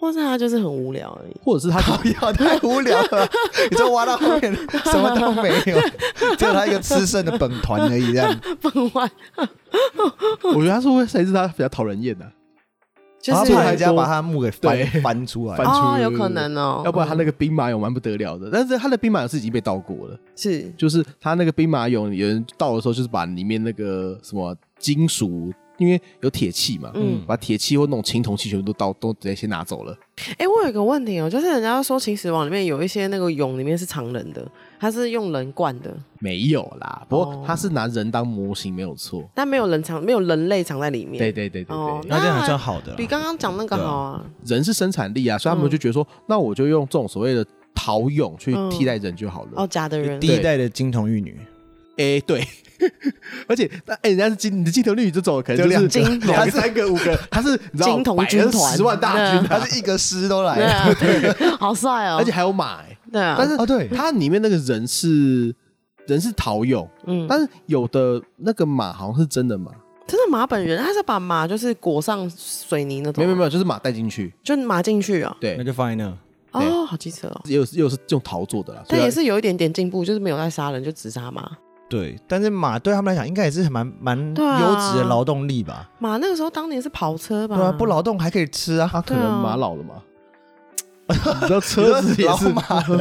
[SPEAKER 3] 或是他就是很无聊而已。
[SPEAKER 2] 或者是它
[SPEAKER 1] 不要太无聊了，你就挖到后面什么都没 有，只有他一个吃剩的本团而已。这样，
[SPEAKER 3] 本万
[SPEAKER 2] 我觉得它是会谁是它比较讨人厌的、啊
[SPEAKER 3] 就
[SPEAKER 1] 然后
[SPEAKER 3] 是
[SPEAKER 1] 怕人家把他墓给翻
[SPEAKER 2] 对
[SPEAKER 1] 翻出来
[SPEAKER 2] 翻。
[SPEAKER 3] 哦，
[SPEAKER 2] 出
[SPEAKER 3] 有可能哦，嗯
[SPEAKER 2] 要不然它那
[SPEAKER 3] 个
[SPEAKER 2] 个兵马俑蛮不得了的，但是它的兵马俑是已经被盗过了，
[SPEAKER 3] 是
[SPEAKER 2] 就是它那个兵马俑有人盗的时候，就是把里面那个什么金属，因为有铁器嘛，
[SPEAKER 3] 嗯
[SPEAKER 2] 把铁器或那种青铜器全部都盗，都直接先拿走了。
[SPEAKER 3] 哎、我有一个问题哦，就是人家说秦始皇里面有一些那个俑里面是藏人的，它是用人灌的，
[SPEAKER 2] 没有啦，不过
[SPEAKER 3] 哦
[SPEAKER 2] 他是拿人当模型，没有错。
[SPEAKER 3] 但没有人藏，没有人类藏在里面。
[SPEAKER 2] 对对对对对，
[SPEAKER 3] 哦
[SPEAKER 1] 那这样还算好的啦，
[SPEAKER 3] 比刚刚讲那个好啊。
[SPEAKER 2] 人是生产力啊，所以他们就觉得说，那我就用这种所谓的陶俑去
[SPEAKER 3] 嗯
[SPEAKER 2] 替代人就好了。
[SPEAKER 3] 哦，假的人
[SPEAKER 1] 第一代的金童玉女，
[SPEAKER 2] 哎、对， 而且那哎、人家是金，你的金头绿这种可能
[SPEAKER 1] 就
[SPEAKER 2] 就是
[SPEAKER 1] 两
[SPEAKER 3] 金
[SPEAKER 2] 两个三个五个，他是你知道
[SPEAKER 3] 金铜
[SPEAKER 2] 百
[SPEAKER 3] 军
[SPEAKER 2] 人
[SPEAKER 3] 团嗯
[SPEAKER 2] 十万大军、
[SPEAKER 1] 他
[SPEAKER 2] 啊，
[SPEAKER 1] 是一个师都来
[SPEAKER 3] 对
[SPEAKER 1] 了。
[SPEAKER 3] 啊，好帅哦。
[SPEAKER 2] 而且还有马、欸，
[SPEAKER 3] 对啊，
[SPEAKER 2] 但是
[SPEAKER 1] 哦，对，
[SPEAKER 2] 它里面那个人是人是陶俑，
[SPEAKER 3] 嗯，
[SPEAKER 2] 但是有的那个马好像是真的马，
[SPEAKER 3] 真的马本人，他是把马就是裹上水泥那种，
[SPEAKER 2] 没有没有没有，就是马带进去，
[SPEAKER 3] 就马进去啊、
[SPEAKER 2] 对
[SPEAKER 1] 那，就放在那。
[SPEAKER 3] 哦。
[SPEAKER 2] 对
[SPEAKER 3] 好机车哦。
[SPEAKER 2] 也有又是用陶做的啦，所
[SPEAKER 3] 但
[SPEAKER 2] 以
[SPEAKER 3] 也
[SPEAKER 2] 它
[SPEAKER 3] 是有一点点进步，就是没有在杀人，就只杀马。
[SPEAKER 1] 对，但是马对他们来讲，应该也是蛮蛮
[SPEAKER 3] 对啊
[SPEAKER 1] 优质的劳动力吧？
[SPEAKER 3] 马那个时候当年是跑车吧？
[SPEAKER 1] 对啊，不劳动还可以吃啊，
[SPEAKER 2] 它可能
[SPEAKER 3] 对啊
[SPEAKER 2] 马老了嘛， 你知道车子也
[SPEAKER 1] 老
[SPEAKER 2] 是
[SPEAKER 1] 马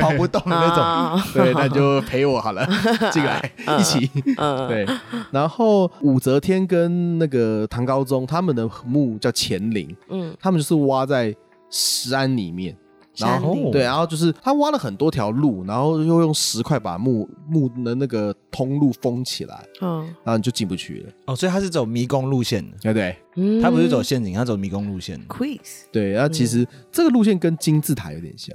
[SPEAKER 1] 跑不动的那种。
[SPEAKER 3] 啊，
[SPEAKER 2] 对，那你就陪 我好了，进来一起。
[SPEAKER 3] 嗯，
[SPEAKER 2] 对，然后武则天跟那个唐高宗他们的墓叫乾陵，
[SPEAKER 3] 嗯，
[SPEAKER 2] 他们就是挖在石庵里面，然
[SPEAKER 3] 山
[SPEAKER 2] 后
[SPEAKER 1] 后
[SPEAKER 3] 顶
[SPEAKER 2] 对，然后就是他挖了很多条路，然后又用石块把墓墓的那个通路封起来，
[SPEAKER 3] 嗯
[SPEAKER 2] 然后你就进不去了，
[SPEAKER 1] 哦，所以他是走迷宫路线的，
[SPEAKER 2] 对不对？
[SPEAKER 3] 嗯，
[SPEAKER 1] 他不是走陷阱，他走迷宫路线。
[SPEAKER 3] quiz
[SPEAKER 2] 对，然后其
[SPEAKER 3] 嗯
[SPEAKER 2] 实这个路线跟金字塔有点像，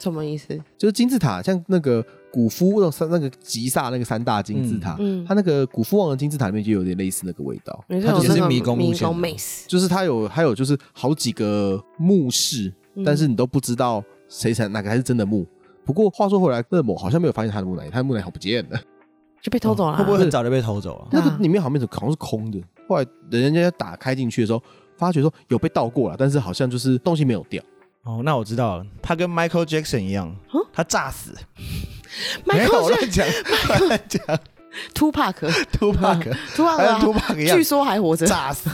[SPEAKER 3] 什么意思？
[SPEAKER 2] 就是金字塔像那个古夫那三那个吉萨那个三大金字塔，
[SPEAKER 3] 嗯嗯
[SPEAKER 2] 它那个古夫王的金字塔里面就有点类似那个味道，
[SPEAKER 3] 你
[SPEAKER 1] 它
[SPEAKER 3] 有
[SPEAKER 1] 就
[SPEAKER 3] 那
[SPEAKER 1] 是
[SPEAKER 3] 个
[SPEAKER 1] 迷宫路
[SPEAKER 3] 迷
[SPEAKER 1] 线
[SPEAKER 3] 宫
[SPEAKER 1] 的
[SPEAKER 3] maze，
[SPEAKER 2] 就是它有还有就是好几个墓室，
[SPEAKER 3] 嗯
[SPEAKER 2] 但是你都不知道谁才哪个才是真的墓。不过话说回来，乐某好像没有发现他的木乃伊，他的木乃伊好像不见了。
[SPEAKER 3] 就被偷走了啊。
[SPEAKER 1] 哦会不 会很早就被偷走啊？
[SPEAKER 3] 对
[SPEAKER 2] 那
[SPEAKER 3] 啊
[SPEAKER 2] 个里面好像好像是空的。后来人家打开进去的时候，发觉说有被盗过了，但是好像就是东西没有掉。
[SPEAKER 1] 哦，那我知道了，他跟 Michael Jackson 一样，他炸死。没有
[SPEAKER 3] 哦 Michael
[SPEAKER 1] 我乱讲，我乱讲
[SPEAKER 3] Jackson，Tupac，Tupac
[SPEAKER 1] ，Tupac
[SPEAKER 3] 哦
[SPEAKER 1] 还有 Tupac 一样
[SPEAKER 3] 啊据说还活着。
[SPEAKER 1] 炸死。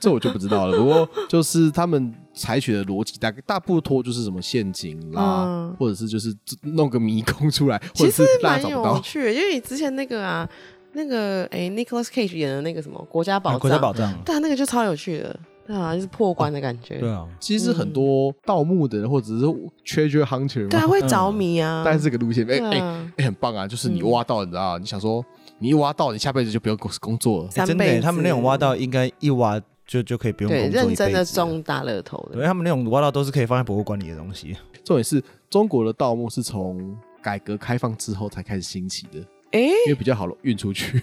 [SPEAKER 2] 这我就不知道了。不过就是他们采取的逻辑，大概大部脱就是什么陷阱啦，
[SPEAKER 3] 嗯
[SPEAKER 2] 或者是就是弄个迷宫出来，
[SPEAKER 3] 其
[SPEAKER 2] 或者是
[SPEAKER 3] 实
[SPEAKER 2] 让
[SPEAKER 3] 蛮
[SPEAKER 2] 他找不
[SPEAKER 3] 有
[SPEAKER 2] 到。
[SPEAKER 3] 趣的，因为之前那个啊，那个哎，Nicholas Cage 演的那个什么国家宝
[SPEAKER 1] 国家啊宝
[SPEAKER 3] 藏，啊
[SPEAKER 1] 藏，
[SPEAKER 3] 但那个就超有趣的，对啊，就是破关的感觉，
[SPEAKER 1] 对啊，
[SPEAKER 2] 其实很多盗墓的人或者是 treasure hunter
[SPEAKER 3] 对啊，
[SPEAKER 2] 嘛，
[SPEAKER 3] 会着迷啊。
[SPEAKER 2] 但是这个路线，哎
[SPEAKER 3] 对
[SPEAKER 2] 哎
[SPEAKER 3] 啊，
[SPEAKER 2] 哎，很棒啊！就是你挖到，你知道，你想说你一挖到，你下辈子就不用工工作了。
[SPEAKER 1] 哎
[SPEAKER 3] 三
[SPEAKER 1] 真的
[SPEAKER 3] 辈
[SPEAKER 1] 耶，
[SPEAKER 3] 子
[SPEAKER 1] 他们那种挖到应该一挖就就可以不用
[SPEAKER 3] 对
[SPEAKER 1] 工作
[SPEAKER 3] 认
[SPEAKER 1] 一
[SPEAKER 3] 真
[SPEAKER 1] 辈
[SPEAKER 3] 的
[SPEAKER 1] 子了啊
[SPEAKER 3] 中大乐透
[SPEAKER 1] 对，因啊
[SPEAKER 3] 的，
[SPEAKER 1] 为他们那种挖到都是可以放在博物馆里的东西。
[SPEAKER 2] 重点是中国的盗墓是从改革开放之后才开始兴起的，
[SPEAKER 3] 哎，
[SPEAKER 2] 因为比较好运出去。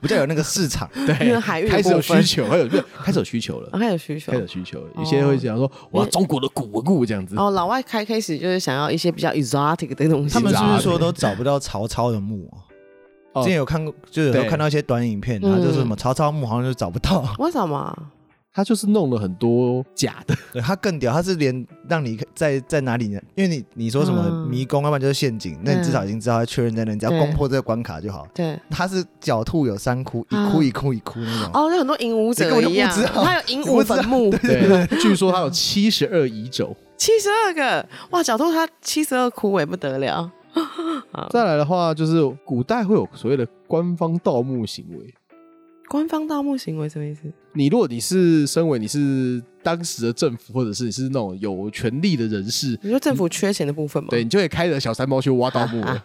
[SPEAKER 1] 比较有那个市场。
[SPEAKER 3] 因为
[SPEAKER 2] 对，
[SPEAKER 3] 海运的
[SPEAKER 2] 开始有
[SPEAKER 3] 部分
[SPEAKER 2] 需求，还有对开始有 需求了
[SPEAKER 3] 啊，，开始有需求
[SPEAKER 2] 开始。有需求了，有些会想说我要中国的古文物这样子，
[SPEAKER 3] 哦，老外开开始就是想要一些比较 exotic 的东西，
[SPEAKER 1] 他们是不
[SPEAKER 2] 杂
[SPEAKER 1] 是
[SPEAKER 2] 的
[SPEAKER 1] 说都找不到曹操的墓啊？
[SPEAKER 2] 哦
[SPEAKER 1] 之前有看过，就有时候
[SPEAKER 2] 对
[SPEAKER 1] 看到一些短影片，然后就是什么
[SPEAKER 3] 嗯
[SPEAKER 1] 曹操墓好像就找不到。
[SPEAKER 3] 为什么？
[SPEAKER 2] 他就是弄了很多假 的，
[SPEAKER 1] 对他更屌，他是连让你在在哪里呢？因为你你说什么
[SPEAKER 3] 嗯
[SPEAKER 1] 迷宫，要不然就是陷阱，那你至少已经知道他确认在那，你只要
[SPEAKER 3] 对
[SPEAKER 1] 攻破这个关卡就好。
[SPEAKER 3] 对，
[SPEAKER 1] 他是狡兔有三窟，一窟一窟一窟那种。
[SPEAKER 3] 啊哦，就很多影武
[SPEAKER 1] 这个我
[SPEAKER 3] 者
[SPEAKER 1] 就
[SPEAKER 3] 一样
[SPEAKER 1] 不知，道
[SPEAKER 3] 还有影武坟墓，
[SPEAKER 2] 对， 据说他有七十二遗冢。
[SPEAKER 3] 七十二个，哇，角度他七十二枯萎不得了，哦
[SPEAKER 2] 再来的话，就是古代会有所谓的官方盗墓行为。
[SPEAKER 3] 官方盗墓行为什么意思？
[SPEAKER 2] 你如果你是身为你是当时的政府，或者是你是那种有权力的人士，
[SPEAKER 3] 你说政府缺钱的部分吗？
[SPEAKER 2] 对，你就会开着小山包去挖盗墓了。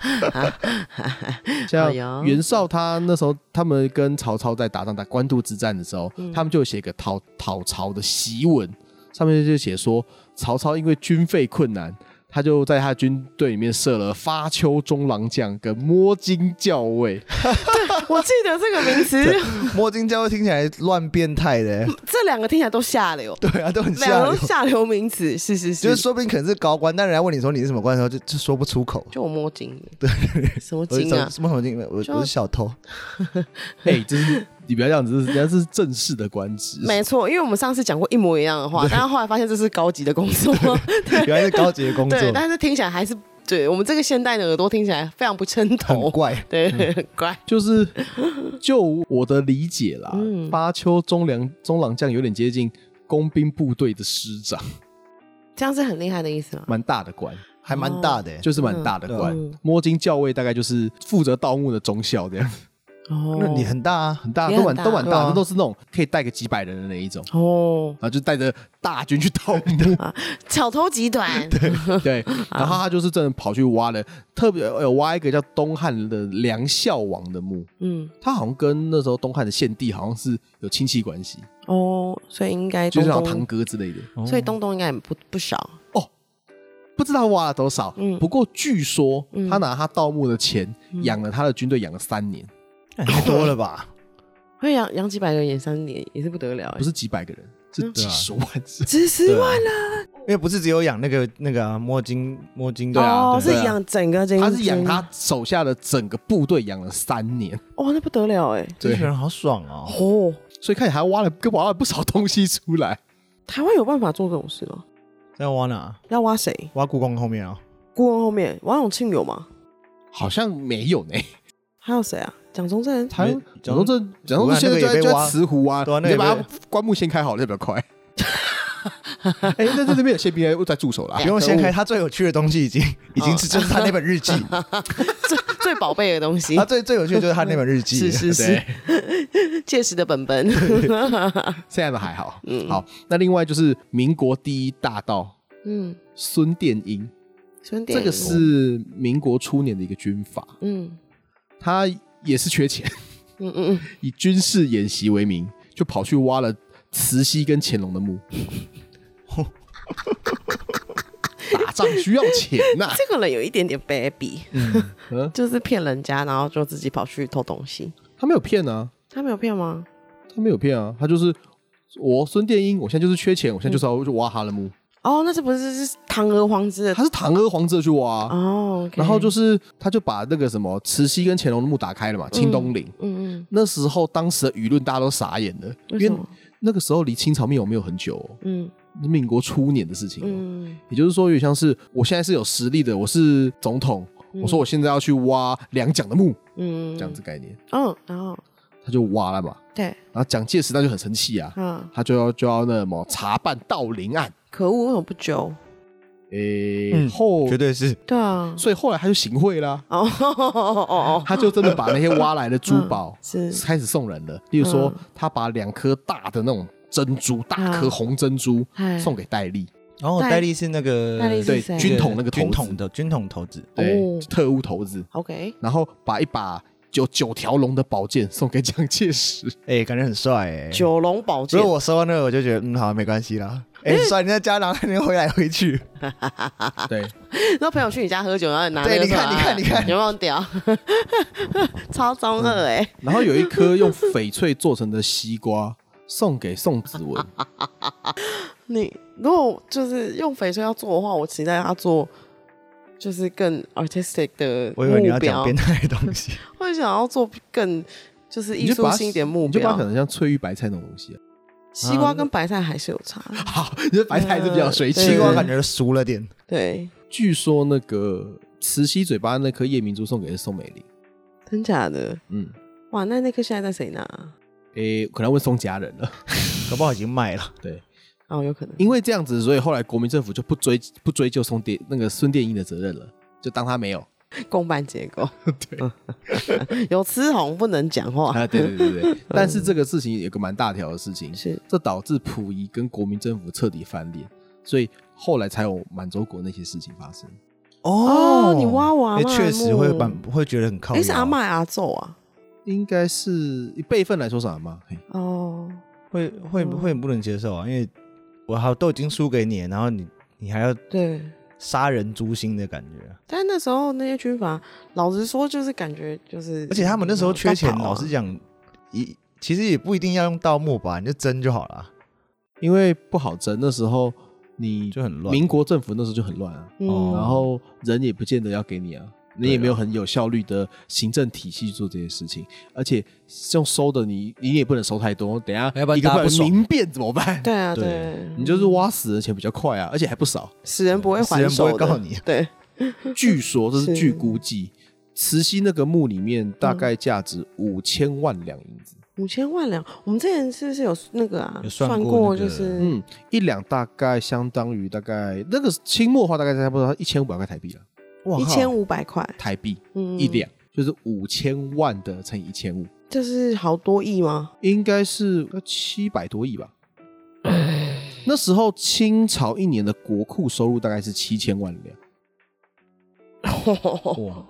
[SPEAKER 2] 像
[SPEAKER 3] 哎呦
[SPEAKER 2] 袁绍他那时候，他们跟曹操在打仗，打官渡之战的时候，
[SPEAKER 3] 嗯
[SPEAKER 2] 他们就有写一个讨讨曹的檄文，上面就写说曹操因为军费困难。他就在他的军队里面设了发丘中郎将跟摸金校尉，
[SPEAKER 3] 我记得这个 名词，
[SPEAKER 1] 摸金教会听起来乱变态 的，
[SPEAKER 3] 这两个听起来都下流，
[SPEAKER 1] 对啊，都很
[SPEAKER 3] 两
[SPEAKER 1] 吓
[SPEAKER 3] 个
[SPEAKER 1] 人
[SPEAKER 3] 都。下流名词，是是是，
[SPEAKER 1] 就是说不定可能是高官，但人家问你说你是什么官的时候，就就说不出口。
[SPEAKER 3] 就我摸金的，对，什么
[SPEAKER 1] 我是
[SPEAKER 3] 金啊？
[SPEAKER 1] 什么什么金？我
[SPEAKER 3] 就
[SPEAKER 1] 我是小 偷。
[SPEAKER 2] 哎、这是你不要这样子，人家是正式的官职，
[SPEAKER 3] 没错，因为我们上次讲过一模一样的话，但是后来发现这是高级的工 作，
[SPEAKER 1] 原来是高级的工作，
[SPEAKER 3] 对，但是听起来还是对我们这个现代的耳朵听起来非常不称
[SPEAKER 1] 很
[SPEAKER 3] 头，
[SPEAKER 1] 怪。
[SPEAKER 3] 哦对，很怪。
[SPEAKER 2] 就是就我的理解啦，
[SPEAKER 3] 嗯
[SPEAKER 2] 巴丘中良中郎将有点接近工兵部队的师长，
[SPEAKER 3] 啊这样是很厉害的意思吗？
[SPEAKER 2] 蛮大的官，
[SPEAKER 1] 还蛮大的欸、
[SPEAKER 2] 就是蛮大的官。
[SPEAKER 3] 嗯
[SPEAKER 2] 摸金校尉大概就是负责盗墓的中校这样，
[SPEAKER 3] 哦
[SPEAKER 1] 那你很大啊，
[SPEAKER 2] 很大
[SPEAKER 3] 也
[SPEAKER 2] 都蛮
[SPEAKER 3] 很大
[SPEAKER 2] 都蛮
[SPEAKER 1] 对
[SPEAKER 2] 大
[SPEAKER 1] 啊
[SPEAKER 2] 的，都是那种可以带个几百人的那一种。
[SPEAKER 3] 哦，
[SPEAKER 2] 然后就带着大军去盗 墓，
[SPEAKER 3] 小偷集团，
[SPEAKER 2] 对，
[SPEAKER 3] 啊
[SPEAKER 2] 然后他就是真的跑去挖了，特别有挖一个叫东汉的梁孝王的墓，
[SPEAKER 3] 嗯，
[SPEAKER 2] 他好像跟那时候东汉的献帝好像是有亲戚关系，
[SPEAKER 3] 哦，所以应该
[SPEAKER 2] 就
[SPEAKER 3] 东
[SPEAKER 2] 是好像堂
[SPEAKER 3] 东，
[SPEAKER 2] 哥之类的。
[SPEAKER 3] 所以东东应该也不不少，
[SPEAKER 2] 不知道挖了多少，
[SPEAKER 3] 嗯
[SPEAKER 2] 不过据说
[SPEAKER 3] 嗯
[SPEAKER 2] 他拿他盗墓的钱
[SPEAKER 1] 嗯
[SPEAKER 2] 养了他的军队，养了三年，
[SPEAKER 1] 那哎也太多了吧？
[SPEAKER 3] 会养养几百个人演三年也是不得了
[SPEAKER 1] 哎
[SPEAKER 3] 欸，
[SPEAKER 2] 不是几百个人，
[SPEAKER 1] 嗯
[SPEAKER 2] 是几十万人。
[SPEAKER 3] 几十万啊了，
[SPEAKER 1] 因为不是只有养那个那个啊摸金摸金
[SPEAKER 2] 对啊
[SPEAKER 3] 哦，是
[SPEAKER 2] 对啊
[SPEAKER 3] 养整个金，
[SPEAKER 2] 他是养，他手下的整个部队养了三年，
[SPEAKER 3] 哇，那不得了哎，
[SPEAKER 1] 这
[SPEAKER 2] 对
[SPEAKER 1] 群人好爽哦！
[SPEAKER 3] 哦，
[SPEAKER 2] 所以看起来还挖了跟挖了不少东西出来。
[SPEAKER 3] 台湾有办法做这种事吗？
[SPEAKER 1] 在挖哪？
[SPEAKER 3] 要挖谁？
[SPEAKER 1] 挖故宫后面啊？
[SPEAKER 3] 顾问后面王永庆有吗？
[SPEAKER 2] 好像没有呢，
[SPEAKER 3] 还有谁啊？蒋中正，
[SPEAKER 2] 台
[SPEAKER 1] 没
[SPEAKER 2] 蒋中正，蒋中正现在
[SPEAKER 1] 嗯那个也被
[SPEAKER 2] 就在就
[SPEAKER 1] 挖
[SPEAKER 2] 在慈湖啊，
[SPEAKER 1] 对啊那
[SPEAKER 2] 你
[SPEAKER 1] 个也
[SPEAKER 2] 就把
[SPEAKER 1] 被
[SPEAKER 2] 他棺木先开好了，比 较快。哎，那在这边有宪兵又在驻守啦
[SPEAKER 1] 不，用掀
[SPEAKER 3] 可
[SPEAKER 1] 开，
[SPEAKER 3] 恶
[SPEAKER 1] 他最有趣的东西已 经已经是就是他那本日 记，
[SPEAKER 3] 最最宝贝的东西
[SPEAKER 1] 他，最最有趣的就是他那本日记
[SPEAKER 3] 是。是是
[SPEAKER 2] 对，
[SPEAKER 3] 切实的本 本，
[SPEAKER 2] 现在都还好。
[SPEAKER 1] 嗯
[SPEAKER 2] 好，那另外就是民国第一大盗
[SPEAKER 3] 嗯，
[SPEAKER 2] 孙殿英，
[SPEAKER 3] 孙
[SPEAKER 2] 这
[SPEAKER 3] 典，
[SPEAKER 2] 个是民国初年的一个军阀，
[SPEAKER 3] 嗯
[SPEAKER 2] 他也是缺钱，
[SPEAKER 3] 嗯嗯嗯，
[SPEAKER 2] 以军事演习为名，就跑去挖了慈禧跟乾隆的 墓。打仗需要钱 呐、
[SPEAKER 3] 这个人有一点点 baby，
[SPEAKER 2] 嗯，
[SPEAKER 3] 就是骗人家，然后就自己跑去偷东西。
[SPEAKER 2] 他没有骗啊，
[SPEAKER 3] 他没有骗吗？
[SPEAKER 2] 他没有骗啊，他就是我孙殿英，我现在就是缺钱，我现在就是要去挖他的墓，
[SPEAKER 3] 哦，那这不是是堂而皇之的
[SPEAKER 2] 他是堂而皇之的去挖啊、
[SPEAKER 3] 哦，OK，
[SPEAKER 2] 然后就是他就把那个什么慈禧跟乾隆的墓打开了嘛，清东陵。
[SPEAKER 3] 嗯嗯
[SPEAKER 2] 那时候当时的舆论大家都傻眼了，因
[SPEAKER 3] 为什
[SPEAKER 2] 为
[SPEAKER 3] 么
[SPEAKER 2] 那个时候离清朝灭亡没有很久、哦，
[SPEAKER 3] 嗯
[SPEAKER 2] 是民国初年的事情、哦。
[SPEAKER 3] 嗯
[SPEAKER 2] 也就是说，有点像是我现在是有实力的，我是总统，我说我现在要去挖两蒋的墓，
[SPEAKER 3] 嗯，
[SPEAKER 2] 这样子概念，
[SPEAKER 3] 嗯，然后
[SPEAKER 2] 他就挖了嘛。
[SPEAKER 3] 对
[SPEAKER 2] 然后蒋介石那就很生气啊，
[SPEAKER 3] 啊，
[SPEAKER 2] 他就要就要那什么查办盗陵案，
[SPEAKER 3] 可恶，为什么不揪？
[SPEAKER 2] 诶、
[SPEAKER 1] 嗯
[SPEAKER 2] 后
[SPEAKER 1] 绝，对是，
[SPEAKER 3] 对啊，
[SPEAKER 2] 所以后来他就行贿啦，
[SPEAKER 3] 哦 哦哦，
[SPEAKER 2] 他就真的把那些挖来的珠
[SPEAKER 3] 嗯
[SPEAKER 2] 宝
[SPEAKER 3] 是
[SPEAKER 2] 开始送人了，例如说
[SPEAKER 3] 嗯
[SPEAKER 2] 他把两颗大的那种珍珠，大颗
[SPEAKER 3] 嗯
[SPEAKER 2] 红珍珠
[SPEAKER 3] 哎
[SPEAKER 2] 送给戴笠，
[SPEAKER 1] 然后
[SPEAKER 3] 戴
[SPEAKER 1] 戴笠是那个
[SPEAKER 3] 戴笠是
[SPEAKER 2] 对
[SPEAKER 3] 谁
[SPEAKER 2] 军统那个头
[SPEAKER 1] 军
[SPEAKER 2] 子
[SPEAKER 1] 统的军统头子，
[SPEAKER 2] 对
[SPEAKER 3] 哦
[SPEAKER 2] 特务头子，
[SPEAKER 3] OK，
[SPEAKER 2] 然后把一把有九条龙的宝剑送给蒋介 石。
[SPEAKER 1] 哎、感觉很帅哎、
[SPEAKER 3] 九龙宝剑
[SPEAKER 1] 如，果我收到那个，我就觉得嗯，好，没关系 啦。哎、帅，你在家然后你回来回去，
[SPEAKER 2] 对，
[SPEAKER 3] 那朋友去你家喝酒，然后拿
[SPEAKER 1] 对
[SPEAKER 3] 那个
[SPEAKER 1] 你看
[SPEAKER 3] 出来
[SPEAKER 1] 你看你看
[SPEAKER 3] 有没有很屌？ 超中二哎、
[SPEAKER 2] 然后有一 颗用翡翠做成的西瓜送给宋子 文，
[SPEAKER 3] 你如果就是用翡翠要做的话，我期待他做就是更 artistic 的
[SPEAKER 1] 我以为你
[SPEAKER 3] 目
[SPEAKER 1] 要讲
[SPEAKER 3] 标
[SPEAKER 1] 变，态的东西。
[SPEAKER 3] 会想要做更就是
[SPEAKER 2] 你
[SPEAKER 3] 艺
[SPEAKER 2] 就
[SPEAKER 3] 术
[SPEAKER 2] 把它
[SPEAKER 3] 性一点目
[SPEAKER 2] 你就把
[SPEAKER 3] 标
[SPEAKER 2] 它可。能像翠玉白菜那种东西、啊。
[SPEAKER 3] 西瓜跟白菜还是有差，
[SPEAKER 1] 啊
[SPEAKER 2] 好，你的白菜还是比较水
[SPEAKER 3] 嗯对
[SPEAKER 2] 气
[SPEAKER 1] 西
[SPEAKER 2] 的。
[SPEAKER 1] 瓜感觉熟了点，
[SPEAKER 3] 对，
[SPEAKER 2] 据说那个慈禧嘴巴那颗夜明珠送给宋美龄，
[SPEAKER 3] 真假的？
[SPEAKER 2] 嗯，
[SPEAKER 3] 哇，那那颗现在在谁拿？
[SPEAKER 2] 诶，可能要问宋家人了。
[SPEAKER 1] 搞不好已经卖了。
[SPEAKER 2] 对，
[SPEAKER 3] 哦，有可能。
[SPEAKER 2] 因为这样子，所以后来国民政府就不追不追究宋殿那个孙殿英的责任了，就当他没有。
[SPEAKER 3] 公办结 构，对， 有吃红不能讲话，
[SPEAKER 1] 哎
[SPEAKER 2] 啊，对对对对。但是这个事情有个蛮大条的事情，
[SPEAKER 3] 是
[SPEAKER 2] 这导致溥仪跟国民政府彻底翻脸，所以后来才有满洲国那些事情发生。
[SPEAKER 3] 哦你挖我阿
[SPEAKER 1] 哎
[SPEAKER 3] 嬷
[SPEAKER 1] 确实会
[SPEAKER 3] 的墓
[SPEAKER 1] 蛮会觉得很靠
[SPEAKER 3] 哎，
[SPEAKER 1] 腰。
[SPEAKER 3] 是阿嬷还是阿昼啊？
[SPEAKER 2] 应该是以辈分来说是阿妈，嘿
[SPEAKER 3] 哦，
[SPEAKER 1] 会会会很不能接受啊，因为我好都已经输给你了，然后你你还要
[SPEAKER 3] 对，
[SPEAKER 1] 杀人诛心的感觉啊。
[SPEAKER 3] 但那时候那些军阀，老实说就是感觉就是，
[SPEAKER 1] 而且他们那时候缺钱，
[SPEAKER 3] 在跑啊
[SPEAKER 1] 老实讲，一其实也不一定要用盗墓吧，你就真就好了，啊
[SPEAKER 2] 因为不好争，那时候你
[SPEAKER 1] 就很乱。
[SPEAKER 2] 民国政府那时候就很乱啊，
[SPEAKER 3] 嗯
[SPEAKER 1] 哦
[SPEAKER 2] 然后人也不见得要给你啊，你也没有很有效率的行政体系做这些事情，而且用收的你你也不能收太多，等一下
[SPEAKER 1] 要不然
[SPEAKER 2] 一个
[SPEAKER 1] 大家
[SPEAKER 2] 不
[SPEAKER 1] 不
[SPEAKER 2] 小
[SPEAKER 1] 爽
[SPEAKER 2] 心民变怎么办？
[SPEAKER 3] 对啊，
[SPEAKER 2] 对
[SPEAKER 3] 对，
[SPEAKER 2] 你就是挖死人钱比较快啊，而且还不少。
[SPEAKER 3] 死人不会
[SPEAKER 1] 死
[SPEAKER 3] 还
[SPEAKER 1] 人不
[SPEAKER 3] 手
[SPEAKER 1] 会告
[SPEAKER 3] 的，
[SPEAKER 1] 你，啊
[SPEAKER 3] 对，
[SPEAKER 2] 据说这是
[SPEAKER 3] 是嗯
[SPEAKER 2] 据估计，慈禧那个墓里面大概价值五千万两银子，
[SPEAKER 3] 五千万两，我们之前是不是有那个啊
[SPEAKER 1] 有算
[SPEAKER 3] 算
[SPEAKER 1] 过
[SPEAKER 3] 过，
[SPEAKER 1] 那个
[SPEAKER 3] 就是
[SPEAKER 2] 嗯，一两大概相当于大概那个清末的话大概差不多一千五百块台币了，
[SPEAKER 1] 哇
[SPEAKER 3] 一千五百块，
[SPEAKER 2] 台币
[SPEAKER 3] 嗯，
[SPEAKER 2] 一两就是五千万的乘以一千五，
[SPEAKER 3] 就是好多亿吗？
[SPEAKER 2] 应该是七百多亿吧。那时候清朝一年的国库收入大概是七千万两，
[SPEAKER 1] 哇，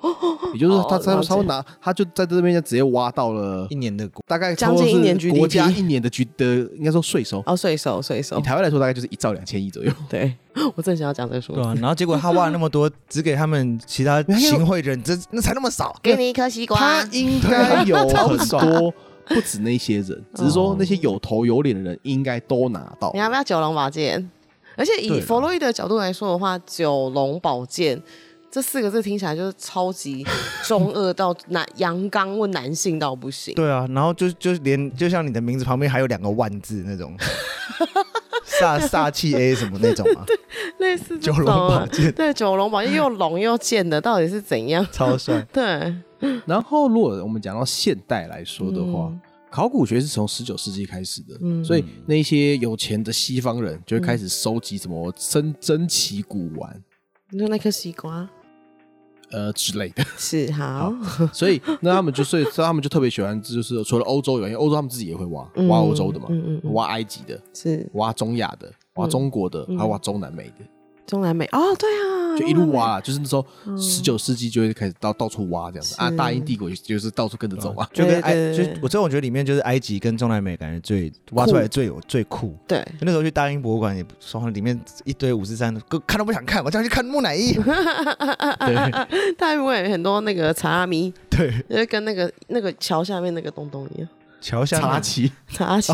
[SPEAKER 2] 也就是他
[SPEAKER 3] 哦
[SPEAKER 2] 他
[SPEAKER 3] 了解
[SPEAKER 2] 他会拿他就在这边就直接挖到了
[SPEAKER 1] 一年的国
[SPEAKER 2] 大概
[SPEAKER 3] 将近一年
[SPEAKER 2] 差不多是国
[SPEAKER 3] GDP
[SPEAKER 2] 家一年的 G 的应该说税收，
[SPEAKER 3] 哦，税收税收
[SPEAKER 2] 以，台湾来说大概就是一兆两千亿左右。
[SPEAKER 3] 对 我正想要讲这个数
[SPEAKER 1] 对
[SPEAKER 3] 字，
[SPEAKER 1] 啊，然后结果他挖了那么多，只给他们其他
[SPEAKER 2] 有
[SPEAKER 1] 行贿人，这那才那么少。
[SPEAKER 3] 给你一颗西瓜，
[SPEAKER 2] 他应该 有
[SPEAKER 1] 超不
[SPEAKER 2] 很
[SPEAKER 1] 爽
[SPEAKER 2] 多，不止那些人，只是
[SPEAKER 3] 哦
[SPEAKER 2] 说那些有头有脸的人应该都拿到
[SPEAKER 3] 你。要不要九龙宝剑？而且
[SPEAKER 1] 对
[SPEAKER 3] 以
[SPEAKER 1] 啦
[SPEAKER 3] 弗洛伊德的角度来说的话，九龙宝剑这四个字听起来就是超级中二到男阳刚或男性到不行。
[SPEAKER 1] 对啊，然后就就连就像你的名字旁边还有两个万字那 种，煞煞气 A 什么那种 啊，
[SPEAKER 3] 类似这
[SPEAKER 1] 九
[SPEAKER 3] 种
[SPEAKER 1] 龙宝
[SPEAKER 3] 啊，
[SPEAKER 1] 剑
[SPEAKER 3] 对九龙宝剑又龙又剑的，到底是怎样？
[SPEAKER 1] 超帅。
[SPEAKER 3] 对，
[SPEAKER 2] 然后，如果我们讲到现代来说的话，
[SPEAKER 3] 嗯
[SPEAKER 2] 考古学是从十九世纪开始的，
[SPEAKER 3] 嗯
[SPEAKER 2] 所以那些有钱的西方人就会开始收集什么珍珍奇古玩。
[SPEAKER 3] 你说那颗西瓜
[SPEAKER 2] 呃之类 的，
[SPEAKER 3] 是好，
[SPEAKER 2] 所以那他们就所以所以他们就特别喜欢，就是除了欧洲以外，因为欧洲他们自己也会挖
[SPEAKER 3] 嗯
[SPEAKER 2] 挖欧洲的嘛，
[SPEAKER 3] 嗯嗯嗯
[SPEAKER 2] 挖埃及的，
[SPEAKER 3] 是
[SPEAKER 2] 挖中亚的，挖中国的，
[SPEAKER 3] 嗯
[SPEAKER 2] 还有挖中南美的。
[SPEAKER 3] 中南美哦，对啊，
[SPEAKER 2] 就一
[SPEAKER 3] 中南
[SPEAKER 2] 路挖
[SPEAKER 3] 美，
[SPEAKER 2] 啦，就是那时候
[SPEAKER 3] 嗯
[SPEAKER 2] 十九世纪就会开始到到处挖这样子啊，
[SPEAKER 3] 是
[SPEAKER 2] 大英帝国就是到处跟着走啊。
[SPEAKER 1] 就跟埃，
[SPEAKER 3] 对
[SPEAKER 1] 就
[SPEAKER 3] 对
[SPEAKER 1] 我这我觉得里面就是埃及跟中南美感觉最挖出来最有最酷。
[SPEAKER 3] 对，
[SPEAKER 1] 那时候去大英博物馆也不说里面一堆五十三，都看都不想看，我就要去看木乃伊。啊
[SPEAKER 3] 大部分有很多那个查拉米，
[SPEAKER 1] 对，
[SPEAKER 3] 就是跟那个那个桥下面那个东东一样，
[SPEAKER 1] 桥下
[SPEAKER 2] 查拉
[SPEAKER 1] 面
[SPEAKER 2] 奇，
[SPEAKER 3] 查拉
[SPEAKER 2] 哦
[SPEAKER 3] 奇，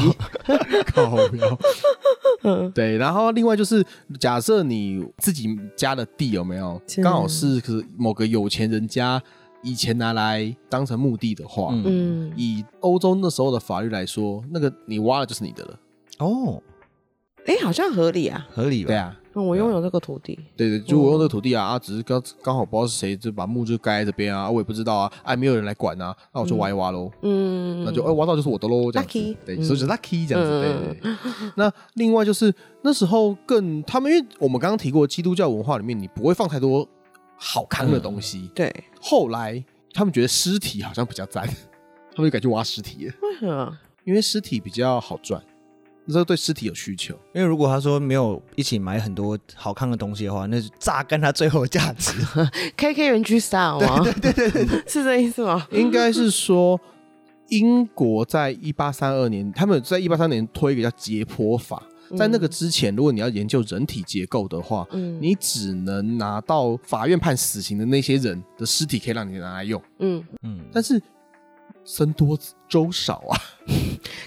[SPEAKER 2] 靠腰
[SPEAKER 3] 嗯
[SPEAKER 2] 对，然后另外就是，假设你自己家的地有没有
[SPEAKER 3] 是
[SPEAKER 2] 刚好是可是某个有钱人家以前拿来当成墓地的话，
[SPEAKER 1] 嗯
[SPEAKER 3] 嗯，
[SPEAKER 2] 以欧洲那时候的法律来说，那个你挖了就是你的了。
[SPEAKER 1] 哦，
[SPEAKER 3] 哎、好像合理啊。
[SPEAKER 1] 合理吧？
[SPEAKER 2] 对，啊，
[SPEAKER 3] 嗯，我拥有这个土地，
[SPEAKER 2] 对对，就
[SPEAKER 3] 嗯
[SPEAKER 2] 我用这个土地啊，啊，只是刚刚好不知道是谁就把墓就盖在这边啊，啊我也不知道啊，啊，没有人来管啊，那我就挖一挖喽。
[SPEAKER 3] 嗯，
[SPEAKER 2] 那就哎挖到就是我的喽，这样子
[SPEAKER 3] Lucky
[SPEAKER 2] 对，
[SPEAKER 3] 嗯
[SPEAKER 2] 所以就是 lucky 这样子，
[SPEAKER 3] 嗯
[SPEAKER 2] 对对对。 那另外就是那时候更他们，因为我们刚刚提过，基督教文化里面你不会放太多好看的东西。
[SPEAKER 3] 对，
[SPEAKER 2] 后来他们觉得尸体 好像比较赞，他们就改去挖尸体了，
[SPEAKER 3] 为何？
[SPEAKER 2] 因为尸体比较好赚。那时候对尸体有需求。
[SPEAKER 1] 因为如果他说没有一起买很多好看的东西的话，那是榨干他最后的价值。
[SPEAKER 3] K K 人居 style 吗？对对对对 是这意思吗？
[SPEAKER 2] 应该是说，英国在一八三二年，他们在一八三年推一个叫解剖法。在那个之前，如果你要研究人体结构的话，
[SPEAKER 3] 嗯
[SPEAKER 2] 你只能拿到法院判死刑的那些人的尸体，可以让你拿来用。
[SPEAKER 3] 嗯，
[SPEAKER 1] 嗯，
[SPEAKER 2] 但是僧多粥少啊，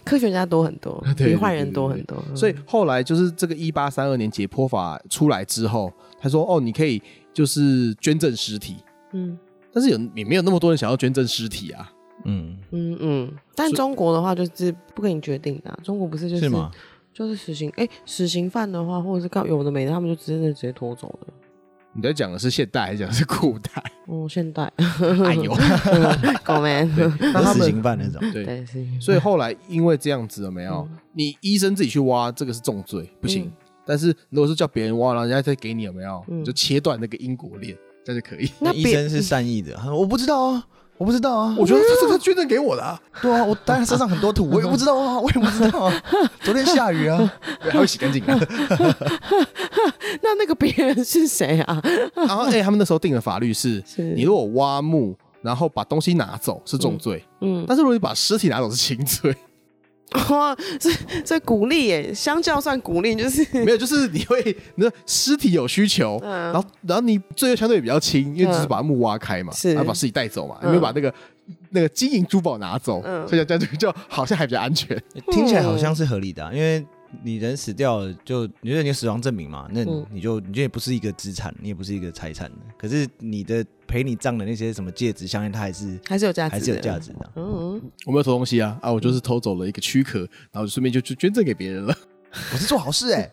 [SPEAKER 3] 科学家多很多，
[SPEAKER 2] 对
[SPEAKER 3] 比
[SPEAKER 2] 对
[SPEAKER 3] 坏人多很多，嗯
[SPEAKER 2] 所以后来就是这个一八三二年解剖法出来之后，他说哦，你可以就是捐赠尸体，
[SPEAKER 3] 嗯
[SPEAKER 2] 但是有也没有那么多人想要捐赠尸体啊。
[SPEAKER 1] 嗯，
[SPEAKER 3] 嗯嗯。但中国的话就是不跟你决定的啊、中国不是就是
[SPEAKER 1] 吗？
[SPEAKER 3] 就是死刑，哎、死刑犯的话，或者是告有的没的，他们就直接直接拖走了。
[SPEAKER 2] 你在讲的是现代还是讲的是古代？
[SPEAKER 3] 哦，现 代，
[SPEAKER 2] 哎呦，
[SPEAKER 3] 狗 man，
[SPEAKER 2] 那他
[SPEAKER 1] 死
[SPEAKER 2] 们
[SPEAKER 1] 刑犯那种。
[SPEAKER 2] 对，
[SPEAKER 3] 对，是，
[SPEAKER 2] 所以后来因为这样子了没有，你医生自己去挖这个是重罪，不行。
[SPEAKER 3] 嗯
[SPEAKER 2] 但是如果是叫别人挖，然后人家再给你有没有，
[SPEAKER 3] 嗯
[SPEAKER 2] 你就切断那个因果链，这样就可 以。
[SPEAKER 3] 那
[SPEAKER 1] 医
[SPEAKER 3] 别
[SPEAKER 1] 生是善意的，他说我不知道啊，我不知道啊，
[SPEAKER 2] 我觉得这是他捐赠给我的、啊，
[SPEAKER 1] 对啊，我当然身上很多土，我也不知道啊，我也不知道啊，昨天下雨啊，
[SPEAKER 2] 对还会洗 干净啊。
[SPEAKER 3] 那那个别人是谁啊？
[SPEAKER 2] 然后哎、他们那时候定的法律是，
[SPEAKER 3] 是
[SPEAKER 2] 你如果挖墓，然后把东西拿走是重罪，
[SPEAKER 3] 嗯，
[SPEAKER 2] 但是如果你把尸体拿走是 轻罪。
[SPEAKER 3] 哇，这这鼓励耶，相较算鼓励，就是
[SPEAKER 2] 没有，就是你会，你的尸体有需求，
[SPEAKER 3] 嗯
[SPEAKER 2] 然后然后你罪恶相对比较轻，因
[SPEAKER 3] 嗯
[SPEAKER 2] 为只是把墓挖开嘛，
[SPEAKER 3] 是
[SPEAKER 2] 然后把尸体带走嘛，
[SPEAKER 3] 嗯
[SPEAKER 2] 你没有把那个那个金银珠宝拿走，
[SPEAKER 3] 嗯
[SPEAKER 2] 所以这样就就好像还比较安全。
[SPEAKER 1] 听起来好像是合理的啊、因为你人死掉了，就你说你有死亡证明嘛，那
[SPEAKER 3] 嗯
[SPEAKER 1] 你就你就也不是一个资产，你也不是一个财产可是你的陪你葬的那些什么戒指、项链，它还是
[SPEAKER 3] 还是有价值，
[SPEAKER 1] 还是有价。值的啊、
[SPEAKER 3] 嗯，
[SPEAKER 2] 我没有偷东西啊，啊，我就是偷走了一个躯壳，然后就顺便就去捐赠给别人了。
[SPEAKER 1] 我是做好事哎、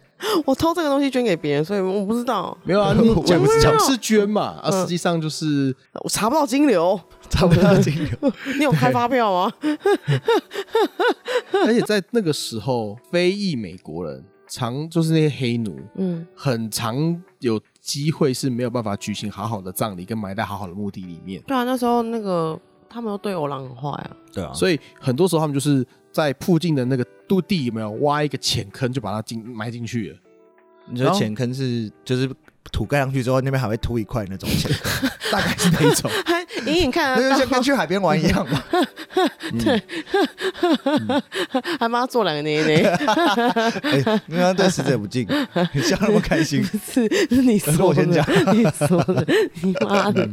[SPEAKER 3] 我偷这个东西捐给别人，所以我不知道，
[SPEAKER 2] 没 有啊，你
[SPEAKER 1] 我
[SPEAKER 2] 讲
[SPEAKER 3] 没有
[SPEAKER 2] 讲是捐嘛，啊，
[SPEAKER 3] 嗯
[SPEAKER 2] 实际上就是
[SPEAKER 3] 我查不到金流。
[SPEAKER 1] 差不多这个。
[SPEAKER 3] 你有开发票吗？
[SPEAKER 2] 而且在那个时候，非裔美国人常就是那些黑奴，
[SPEAKER 3] 嗯，
[SPEAKER 2] 很常有机会是没有办法举行好好的葬礼，跟埋在好好的墓地里面。
[SPEAKER 3] 对啊，那时候那个他们都对我狼很坏啊。
[SPEAKER 1] 对啊，
[SPEAKER 2] 所以很多时候他们就是在附近的那个都地有没有挖一个浅坑，就把它进埋进去了。
[SPEAKER 1] 你说浅坑是就是土盖上去之后，那边还会凸一块那种 浅坑，
[SPEAKER 2] 大概是那一种，
[SPEAKER 3] 还 隐隐看啊
[SPEAKER 1] 那就
[SPEAKER 3] 得
[SPEAKER 1] 像
[SPEAKER 3] 到，
[SPEAKER 1] 跟去海边玩一样 嘛。
[SPEAKER 3] 还 帮他做两个捏 捏，
[SPEAKER 1] 哎、你刚刚对死者不敬，你笑那么开 心，
[SPEAKER 3] 是是你
[SPEAKER 1] 是
[SPEAKER 3] 说
[SPEAKER 1] 我
[SPEAKER 3] 的，
[SPEAKER 1] 先讲嗯
[SPEAKER 3] 你说的，你妈 的，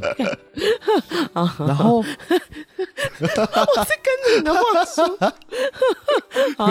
[SPEAKER 2] 然后
[SPEAKER 3] 跟你的话说，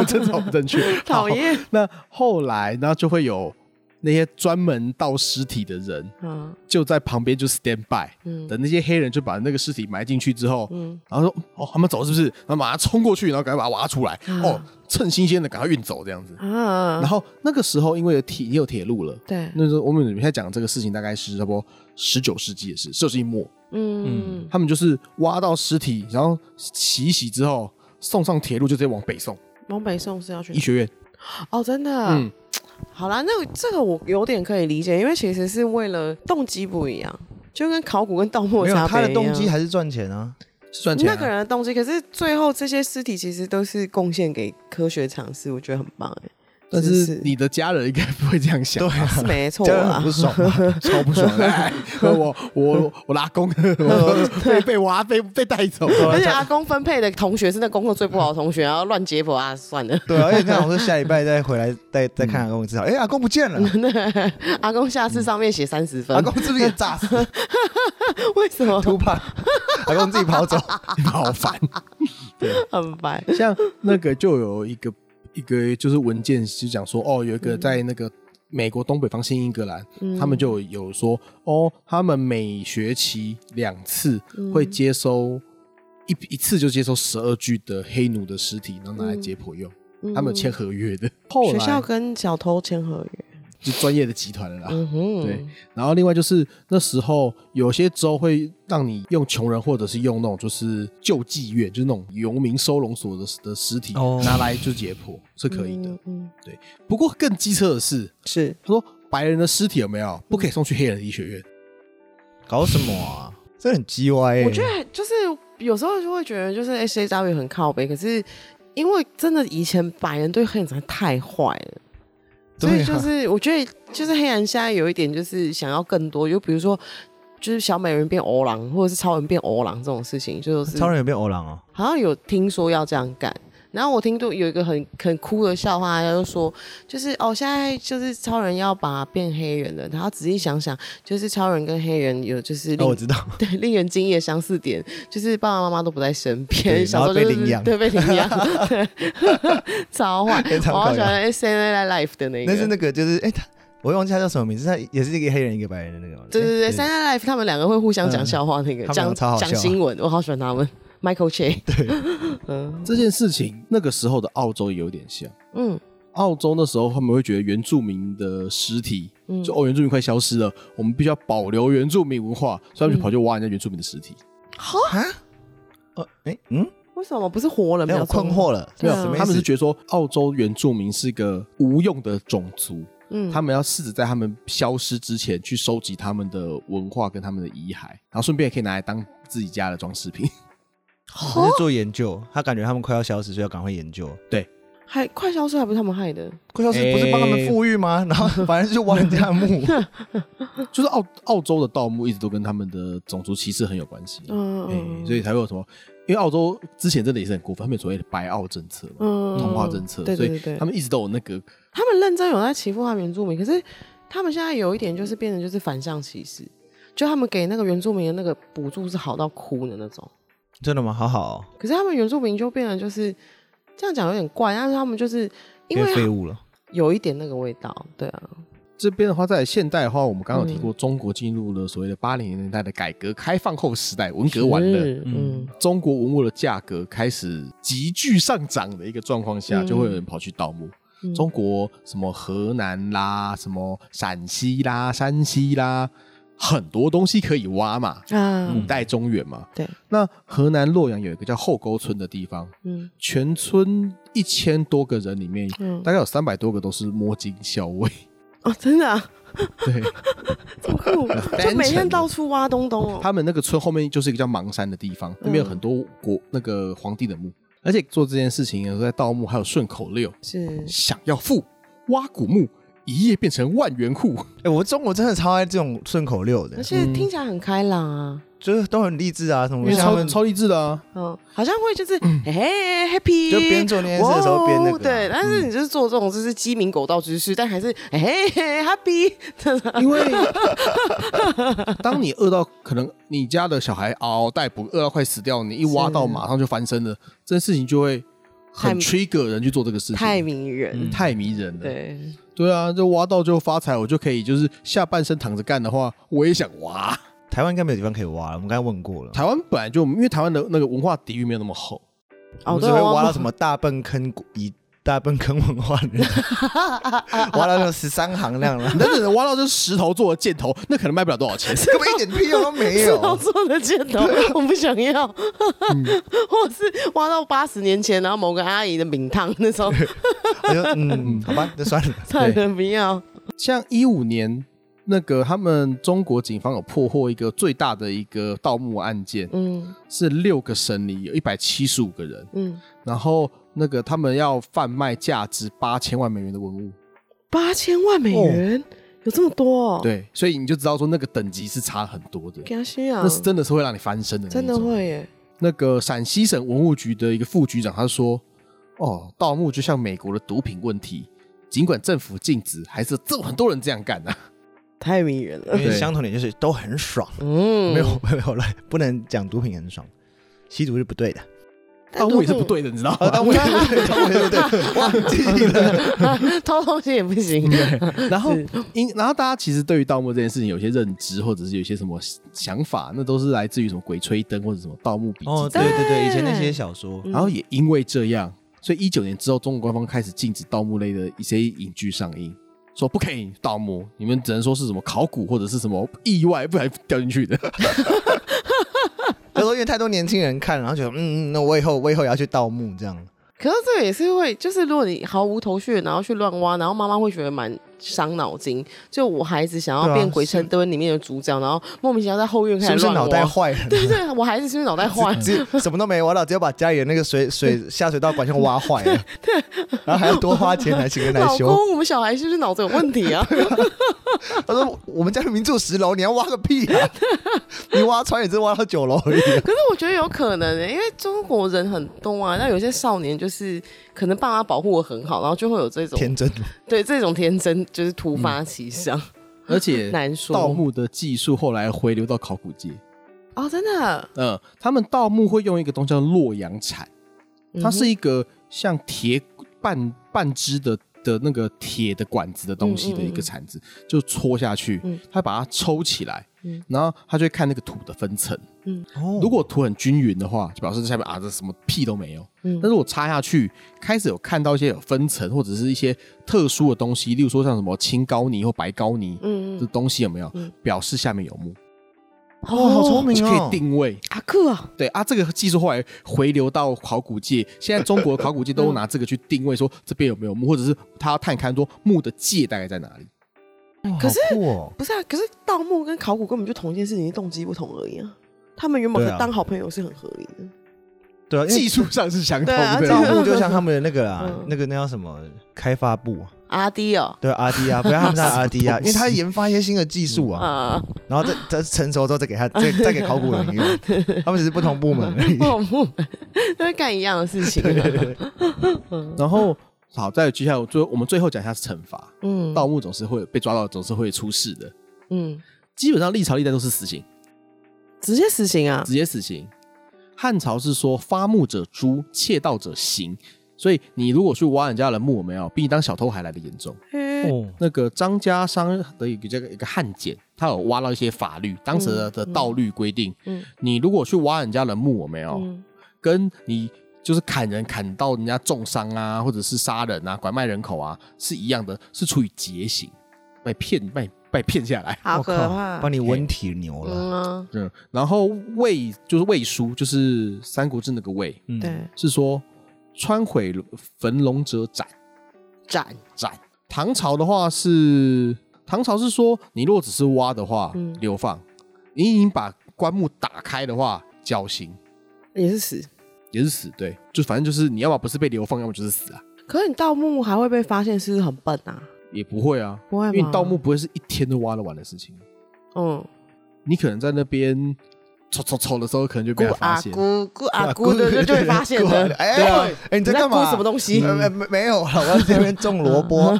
[SPEAKER 2] 这种不正确，
[SPEAKER 3] 讨厌
[SPEAKER 2] 好。那后来，然后就会有那些专门盗尸体的人，
[SPEAKER 3] 嗯
[SPEAKER 2] 就在旁边就 stand by，、
[SPEAKER 3] 嗯
[SPEAKER 2] 等那些黑人就把那个尸体埋进去之后，
[SPEAKER 3] 嗯
[SPEAKER 2] 然后说哦他们走是不是？然后马上冲过去，然后赶快把它挖出来，
[SPEAKER 3] 啊
[SPEAKER 2] 哦趁新鲜的赶快运走这样子。然
[SPEAKER 3] 啊，
[SPEAKER 2] 后那个时候因为有铁也有铁路了，
[SPEAKER 3] 对，
[SPEAKER 2] 那时候我们现在讲这个事情大概是差不多十九世纪的事，十九世纪末，
[SPEAKER 3] 嗯，
[SPEAKER 2] 他们就是挖到尸体，然后洗一洗之后送上铁路，就直接往北送
[SPEAKER 3] 往北宋是要去
[SPEAKER 2] 医学院。
[SPEAKER 3] 哦，真的，
[SPEAKER 2] 嗯，
[SPEAKER 3] 好啦，那这个我有点可以理解，因为其实是为了动机不一样，就跟考古跟盗墓
[SPEAKER 1] 没
[SPEAKER 3] 差
[SPEAKER 1] 有
[SPEAKER 3] 别
[SPEAKER 1] 他的
[SPEAKER 3] 一
[SPEAKER 1] 动
[SPEAKER 3] 样
[SPEAKER 1] 机还是赚钱啊。
[SPEAKER 2] 是赚钱、啊。
[SPEAKER 3] 那个人的动机，可是最后这些尸体其实都是贡献给科学尝试，我觉得很棒哎、
[SPEAKER 2] 但
[SPEAKER 3] 真
[SPEAKER 2] 是你的家人应该不会这样想。啊对，
[SPEAKER 3] 是没 错啊
[SPEAKER 1] 家人很
[SPEAKER 3] 啦
[SPEAKER 1] 不。爽
[SPEAKER 2] 啊
[SPEAKER 1] 嘛，超不爽的。
[SPEAKER 2] 哎我我我拉弓，我被被挖被被带走。
[SPEAKER 3] 哦 而且阿公分配的同学是那功课最不好的同学，然后乱解剖啊，算了，
[SPEAKER 1] 对啊，而且那我说下礼拜再回来再
[SPEAKER 3] 嗯
[SPEAKER 1] 再看阿公至少，哎、阿公不见 了，
[SPEAKER 3] 阿公下次上面写三十分
[SPEAKER 1] 阿，公是不是也炸死？
[SPEAKER 3] 为什么
[SPEAKER 1] 突怕，阿公自己跑走。
[SPEAKER 2] 好烦。
[SPEAKER 3] 很白？
[SPEAKER 2] 像那个就有一个一个就是文件是讲说，哦，有一
[SPEAKER 3] 嗯
[SPEAKER 2] 个在那个美国东北方新英格兰，他们就有说，哦，他们每学期两次
[SPEAKER 3] 嗯
[SPEAKER 2] 会接收、一一次就接收十二具的黑奴的尸体，然后拿来解剖用。他们有签合约的，后
[SPEAKER 3] 嗯学校
[SPEAKER 2] 来
[SPEAKER 3] 跟小偷签合约，
[SPEAKER 2] 就专业的集团了啦。
[SPEAKER 3] 嗯哼，
[SPEAKER 2] 对，然后另外就是那时候有些州会让你用穷人或者是用那种就是救济院，就是那种游民收容所的的尸体、
[SPEAKER 1] 哦
[SPEAKER 2] 拿来就解剖是可以的。
[SPEAKER 3] 嗯，嗯，
[SPEAKER 2] 不过更机车的是，
[SPEAKER 3] 是
[SPEAKER 2] 他说白人的尸体有没有不可以送去黑人的医学院？
[SPEAKER 1] 搞什么啊？这很鸡歪、欸。
[SPEAKER 3] 哎我觉得就是有时候就会觉得就是 S J W 很靠北，可是因为真的以前白人对黑人实在太坏了。所
[SPEAKER 1] 对
[SPEAKER 3] 以
[SPEAKER 1] 啊
[SPEAKER 3] 就是，我觉得就是黑人现在有一点就是想要更多，就比如说，就是小美人变欧郎，或者是超人变欧郎这种事情，就是
[SPEAKER 1] 超人有变欧郎哦，
[SPEAKER 3] 好像有听说要这样干。然后我听到有一个很很酷的笑话，他就说，就是哦，现在就是超人要把变黑人了。然后仔细想想，就是超人跟黑人有就是
[SPEAKER 1] 哦，
[SPEAKER 3] 令、
[SPEAKER 1] 我知道，
[SPEAKER 3] 对 令人惊异的相似点，就是爸爸妈妈都不在身
[SPEAKER 1] 对
[SPEAKER 3] 边，小时候、
[SPEAKER 1] 然
[SPEAKER 3] 就
[SPEAKER 1] 后被
[SPEAKER 3] 是、
[SPEAKER 1] 领养
[SPEAKER 3] 对被领养， 对超坏。
[SPEAKER 1] 非常
[SPEAKER 3] 我好
[SPEAKER 1] 搞
[SPEAKER 3] 喜
[SPEAKER 1] 笑
[SPEAKER 3] 欢 S N A Life 的那个，
[SPEAKER 1] 但是那个就是哎、他我忘记他叫什么名字，他也是一个黑人一个白人的那个嘛，
[SPEAKER 3] 对对对，
[SPEAKER 1] 哎嗯
[SPEAKER 3] 三亚 Life 他们两个会互相讲笑话，那个
[SPEAKER 1] 他们两
[SPEAKER 3] 讲
[SPEAKER 1] 个超好笑啊
[SPEAKER 3] 讲新闻，我好喜欢他们。Michael Che，
[SPEAKER 2] 这件事情那个时候的澳洲也有点像。
[SPEAKER 3] 嗯，
[SPEAKER 2] 澳洲那时候他们会觉得原住民的尸体，
[SPEAKER 3] 嗯
[SPEAKER 2] 就哦原住民快消失了，我们必须要保留原住民文化，所以
[SPEAKER 3] 嗯
[SPEAKER 2] 他们就跑去挖人家原住民的尸体。
[SPEAKER 1] 哦哎、嗯，
[SPEAKER 3] 为什么不是活人？
[SPEAKER 1] 让我困惑了，
[SPEAKER 3] 对啊
[SPEAKER 1] 什么意思
[SPEAKER 2] 他们是觉得说澳洲原住民是一个无用的种族，
[SPEAKER 3] 嗯
[SPEAKER 2] 他们要试着在他们消失之前去收集他们的文化跟他们的遗骸，然后顺便也可以拿来当自己家的装饰品。
[SPEAKER 1] 他是做研究，他感觉他们快要消失，所以要赶快研究。
[SPEAKER 3] 还快消失还不是他们害的？
[SPEAKER 1] 快消失不是帮他们富裕吗？然后反正就挖人家的墓，
[SPEAKER 2] 就是澳澳洲的盗墓一直都跟他们的种族歧视很有关系，
[SPEAKER 3] 嗯
[SPEAKER 2] 哎所以才会有什么。因为澳洲之前真的也是很过分，他们有所谓的白澳政策嘛，
[SPEAKER 3] 嗯
[SPEAKER 2] 同化政策，
[SPEAKER 3] 对
[SPEAKER 2] 所
[SPEAKER 3] 对
[SPEAKER 2] 以
[SPEAKER 3] 对对
[SPEAKER 2] 他，们一直都有那个
[SPEAKER 3] 他们认真有在欺负他们原住民，可是他们现在有一点就是变成就是反向歧视，就他们给那个原住民的那个补助是好到哭的那种。
[SPEAKER 1] 真的吗？好好、哦，
[SPEAKER 3] 可是他们原住民就变得就是这样讲有点怪，但是他们就是因
[SPEAKER 1] 变废
[SPEAKER 3] 为
[SPEAKER 1] 物了。
[SPEAKER 3] 有一点那个味道，对啊，
[SPEAKER 2] 这边的话，在现代的话，我们刚刚有提过，
[SPEAKER 3] 嗯
[SPEAKER 2] 中国进入了所谓的八零年代的改革开放后时代，文革完了，
[SPEAKER 3] 是，嗯，
[SPEAKER 2] 中国文物的价格开始急剧上涨的一个状况下，
[SPEAKER 3] 嗯
[SPEAKER 2] 就会有人跑去盗墓。
[SPEAKER 3] 嗯
[SPEAKER 2] 中国什么河南啦，什么陕西啦、山西啦，很多东西可以挖嘛，
[SPEAKER 1] 嗯
[SPEAKER 3] 啊，
[SPEAKER 2] 古代中原嘛。
[SPEAKER 3] 对，
[SPEAKER 2] 那河南洛阳有一个叫后沟村的地方，
[SPEAKER 3] 嗯
[SPEAKER 2] 全村一千多个人里面，
[SPEAKER 3] 嗯，
[SPEAKER 2] 大概有三百多个都是摸金校尉。
[SPEAKER 3] 哦，真的、 啊，
[SPEAKER 2] 对。
[SPEAKER 3] 这么酷，就每天到处挖东东哦。
[SPEAKER 2] 他们那个村后面就是一个叫芒山的地方，那
[SPEAKER 3] 嗯
[SPEAKER 2] 边有很多国那个皇帝的墓，而且做这件事情有在盗墓，还有顺口溜，
[SPEAKER 3] 是，
[SPEAKER 2] 想要富挖古墓，一夜变成万元户。
[SPEAKER 1] 哎、我中国真的超爱这种顺口溜的
[SPEAKER 3] 而，且听起来很开朗啊。
[SPEAKER 1] 就是都很励志啊，什么
[SPEAKER 2] 因为
[SPEAKER 1] 像他
[SPEAKER 2] 超
[SPEAKER 1] 们
[SPEAKER 2] 超励志的啊！
[SPEAKER 3] 嗯，好像会就是嘿嘿 happy，
[SPEAKER 1] 就边做那件事的时候边那个啊
[SPEAKER 3] 哇哦对，但是你就是做这种就是鸡鸣狗盗之事，但还是哎嘿嘿 happy，
[SPEAKER 2] 因为当你饿到可能你家的小孩嗷嗷待哺，饿到快死掉，你一挖到马上就翻身了，这件事情就会很
[SPEAKER 3] 太
[SPEAKER 2] trigger 人去做这个事情，嗯
[SPEAKER 3] 太迷
[SPEAKER 1] 嗯
[SPEAKER 3] 人。
[SPEAKER 2] 太迷人了。
[SPEAKER 3] 对，
[SPEAKER 2] 对啊，就挖到就发财，我就可以就是下半身躺着干的话，我也想挖。
[SPEAKER 1] 台湾应该没有地方可以挖了，我们刚才问过了，
[SPEAKER 2] 台湾本来就因为台湾的那个文化底蕴没有那么厚，
[SPEAKER 1] 我
[SPEAKER 3] 哦，
[SPEAKER 1] 们只
[SPEAKER 3] 对，
[SPEAKER 1] 会
[SPEAKER 3] 我
[SPEAKER 1] 挖到什么大粪坑古 以大粪坑文化的人，挖到那十三行那样了，
[SPEAKER 2] 你等等挖到就是石头做的箭头，那可能卖不了多少钱。
[SPEAKER 1] 根本一点屁用都没
[SPEAKER 3] 是 我
[SPEAKER 1] 有。
[SPEAKER 3] 做的箭头，
[SPEAKER 1] 啊
[SPEAKER 3] 我不想要，
[SPEAKER 1] 嗯
[SPEAKER 3] 或是挖到八十年前，然后某个阿姨的名堂 那种，
[SPEAKER 1] 我就嗯，好吧，那算了。
[SPEAKER 3] 算了，不要。
[SPEAKER 2] 像一五年那个他们中国警方有破获一个最大的一个盗墓案件，
[SPEAKER 3] 嗯
[SPEAKER 2] 是六个省里有一百七十五个人，
[SPEAKER 3] 嗯，
[SPEAKER 2] 然后那个他们要贩卖价值八千万美元的文物，
[SPEAKER 3] 八千万美元、有这么多、哦？，
[SPEAKER 2] 对，所以你就知道说那个等级是差很多的。
[SPEAKER 3] 给他吸啊
[SPEAKER 2] 那，是真的是会让你翻身的那一
[SPEAKER 3] 真
[SPEAKER 2] 种，
[SPEAKER 3] 的会耶。
[SPEAKER 2] 那个陕西省文物局的一个副局长，他说：“哦，盗墓就像美国的毒品问题，尽管政府禁止，还是这么很多人这样干啊。
[SPEAKER 3] 太迷人了。
[SPEAKER 1] 因为相同点就是都很爽，
[SPEAKER 3] 嗯
[SPEAKER 1] 没有没有了，不能讲毒品很爽，吸毒是不对的。
[SPEAKER 2] 盗墓也是不对的，你知道吗？
[SPEAKER 3] 哦
[SPEAKER 1] 啊，当我也不对，当我也不对，忘记了。
[SPEAKER 3] 偷东西也不行。
[SPEAKER 2] 然后，因然后大家其实对于盗墓这件事情有些认知，或者是有些什么想法，那都是来自于什么《鬼吹灯》或者什么《盗墓笔记》
[SPEAKER 1] 哦，对对对，以前那些小说，
[SPEAKER 2] 然后也因为这样，所以一九年之后，中国官方开始禁止盗墓类的一些影剧上映，说不可以盗墓，你们只能说是什么考古或者是什么意外不然掉进去的。
[SPEAKER 1] 他说因为太多年轻人看，然后觉得嗯，那我以后我以后也要去盗墓这样。
[SPEAKER 3] 可是这个也是会，就是如果你毫无头绪，然后去乱挖，然后妈妈会觉得蛮伤脑筋。就我孩子想要变鬼城灯里面的主角，然后莫名其妙在后院开
[SPEAKER 1] 是
[SPEAKER 3] 始
[SPEAKER 1] 不是
[SPEAKER 3] 乱哦
[SPEAKER 1] 脑袋
[SPEAKER 3] 挖
[SPEAKER 1] 坏了？
[SPEAKER 3] 对对，我孩子是不是脑袋坏？
[SPEAKER 1] 直接什么都没玩到，直接把家里的那个水水下水道管线挖坏了，然后还要多花钱来请人来
[SPEAKER 3] 老
[SPEAKER 1] 修。
[SPEAKER 3] 公，我们小孩是不是脑子有问题啊？
[SPEAKER 1] 他说：“我们家的名住十楼，你要挖个屁啊！你挖穿也是挖到九楼而已、啊。
[SPEAKER 3] 可是我觉得有可能、欸，因为中国人很多啊，那有些少年就是可能爸妈保护的很好，然后就会有这”种
[SPEAKER 1] 天真，
[SPEAKER 3] 对这种天真，就是突发奇想、
[SPEAKER 2] 而 且
[SPEAKER 3] 难说
[SPEAKER 2] 盗墓的技术后来回流到考古界。
[SPEAKER 3] 哦，真的，
[SPEAKER 2] 嗯，他们盗墓会用一个东西叫洛阳铲，
[SPEAKER 1] 嗯
[SPEAKER 2] 它是一个像铁半半支的的那个铁的管子的东西的一个铲
[SPEAKER 1] 嗯
[SPEAKER 2] 子，就戳下去，它把它抽起来，然后它就会看那个土的分层。
[SPEAKER 1] 哦
[SPEAKER 2] 如果土很均匀的话，就表示这下面啊这什么屁都没有。但是我插下去，开始有看到一些有分层或者是一些特殊的东西，例如说像什么青膏泥或白膏泥
[SPEAKER 3] 嗯
[SPEAKER 2] 的东西有没有？表示下面有墓，
[SPEAKER 1] 哦，好聪明
[SPEAKER 2] 就可以
[SPEAKER 1] 哦！
[SPEAKER 2] 定位。
[SPEAKER 3] 阿克啊，
[SPEAKER 2] 对啊，这个技术后来回流到考古界，现在中国的考古界都拿这个去定位，说这边有没有墓，或者是他要探勘说墓的界大概在哪里。
[SPEAKER 1] 哦
[SPEAKER 3] 可是
[SPEAKER 1] 好酷哦，
[SPEAKER 3] 不是啊，可是盗墓跟考古根本就同一件事情，动机不同而已啊。他们原本
[SPEAKER 1] 对啊
[SPEAKER 3] 当好朋友是很合理的，
[SPEAKER 1] 对啊，因
[SPEAKER 2] 技
[SPEAKER 1] 为
[SPEAKER 2] 术上是相
[SPEAKER 3] 对
[SPEAKER 2] 通
[SPEAKER 3] 啊
[SPEAKER 2] 的，
[SPEAKER 1] 盗墓就像他们的那个啊，
[SPEAKER 3] 嗯
[SPEAKER 1] 那个那叫什么开发部啊，
[SPEAKER 3] 阿弟哦，
[SPEAKER 1] 对，R D 啊，不要他们叫 R D 啊，因
[SPEAKER 2] 东西
[SPEAKER 1] 为他研发一些新的技术啊，
[SPEAKER 3] 啊，
[SPEAKER 1] 然后这这成熟之后再给他再再给考古人用，他们只是不同部门而已。
[SPEAKER 3] 盗墓都会干一样的事 情啊，
[SPEAKER 2] 然后好，再接下来我最我们最后讲一下惩罚，
[SPEAKER 3] 嗯
[SPEAKER 2] 盗墓总是会被抓到，总是会出事的。
[SPEAKER 3] 嗯，
[SPEAKER 2] 基本上历朝历代都是死刑，
[SPEAKER 3] 直接死刑啊，
[SPEAKER 2] 直接死刑。汉朝是说发墓者诛，窃盗者刑，所以你如果去挖人家的墓，有没有比你当小偷还来的严重？
[SPEAKER 3] 嘿
[SPEAKER 1] 哦，
[SPEAKER 2] 那个张家商的一个这个一个汉简，他有挖到一些法律，当时的的道律规定，
[SPEAKER 3] 嗯
[SPEAKER 2] 你如果去挖人家的墓，有没
[SPEAKER 1] 哦
[SPEAKER 2] 有、
[SPEAKER 3] 嗯
[SPEAKER 2] 跟你就是砍人砍到人家重伤啊，或者是杀人啊、拐卖人口啊，是一样的，是处以劫刑，被骗被被骗下来。
[SPEAKER 3] 好
[SPEAKER 1] 我
[SPEAKER 3] 可
[SPEAKER 1] 靠
[SPEAKER 3] 怕，
[SPEAKER 1] 把你温体牛了。
[SPEAKER 3] 嗯啊，
[SPEAKER 2] 嗯，然后魏就是魏书，就是《三国志》那个魏，
[SPEAKER 1] 嗯，
[SPEAKER 3] 对，
[SPEAKER 2] 是说穿毁坟笼者斩。
[SPEAKER 3] 斩，
[SPEAKER 2] 斩。唐朝的话是唐朝是说，你若只是挖的话，
[SPEAKER 3] 嗯
[SPEAKER 2] 流放；你已经把棺木打开的话，绞刑
[SPEAKER 3] 也是死。
[SPEAKER 2] 也是死。对，就反正就是你要么不是被流放，要么就是死啊，
[SPEAKER 3] 可是你盗墓还会被发现，是不是很笨啊？
[SPEAKER 2] 也不会啊，
[SPEAKER 3] 不会吗
[SPEAKER 2] 因为你盗墓不会是一天都挖得完的事情，啊
[SPEAKER 3] 嗯，
[SPEAKER 2] 你可能在那边抽抽抽的时候，可能就
[SPEAKER 3] 姑啊
[SPEAKER 2] 被他发
[SPEAKER 3] 阿
[SPEAKER 2] 现。
[SPEAKER 3] 姑姑阿姑的就就会发现
[SPEAKER 1] 对对
[SPEAKER 3] 的
[SPEAKER 1] 对。哎
[SPEAKER 3] 对
[SPEAKER 1] 哎
[SPEAKER 3] 啊
[SPEAKER 1] 哎，你在
[SPEAKER 3] 你在
[SPEAKER 1] 干嘛？
[SPEAKER 3] 估什么东西嗯
[SPEAKER 1] 呃呃没没有 了，我在这边种萝卜。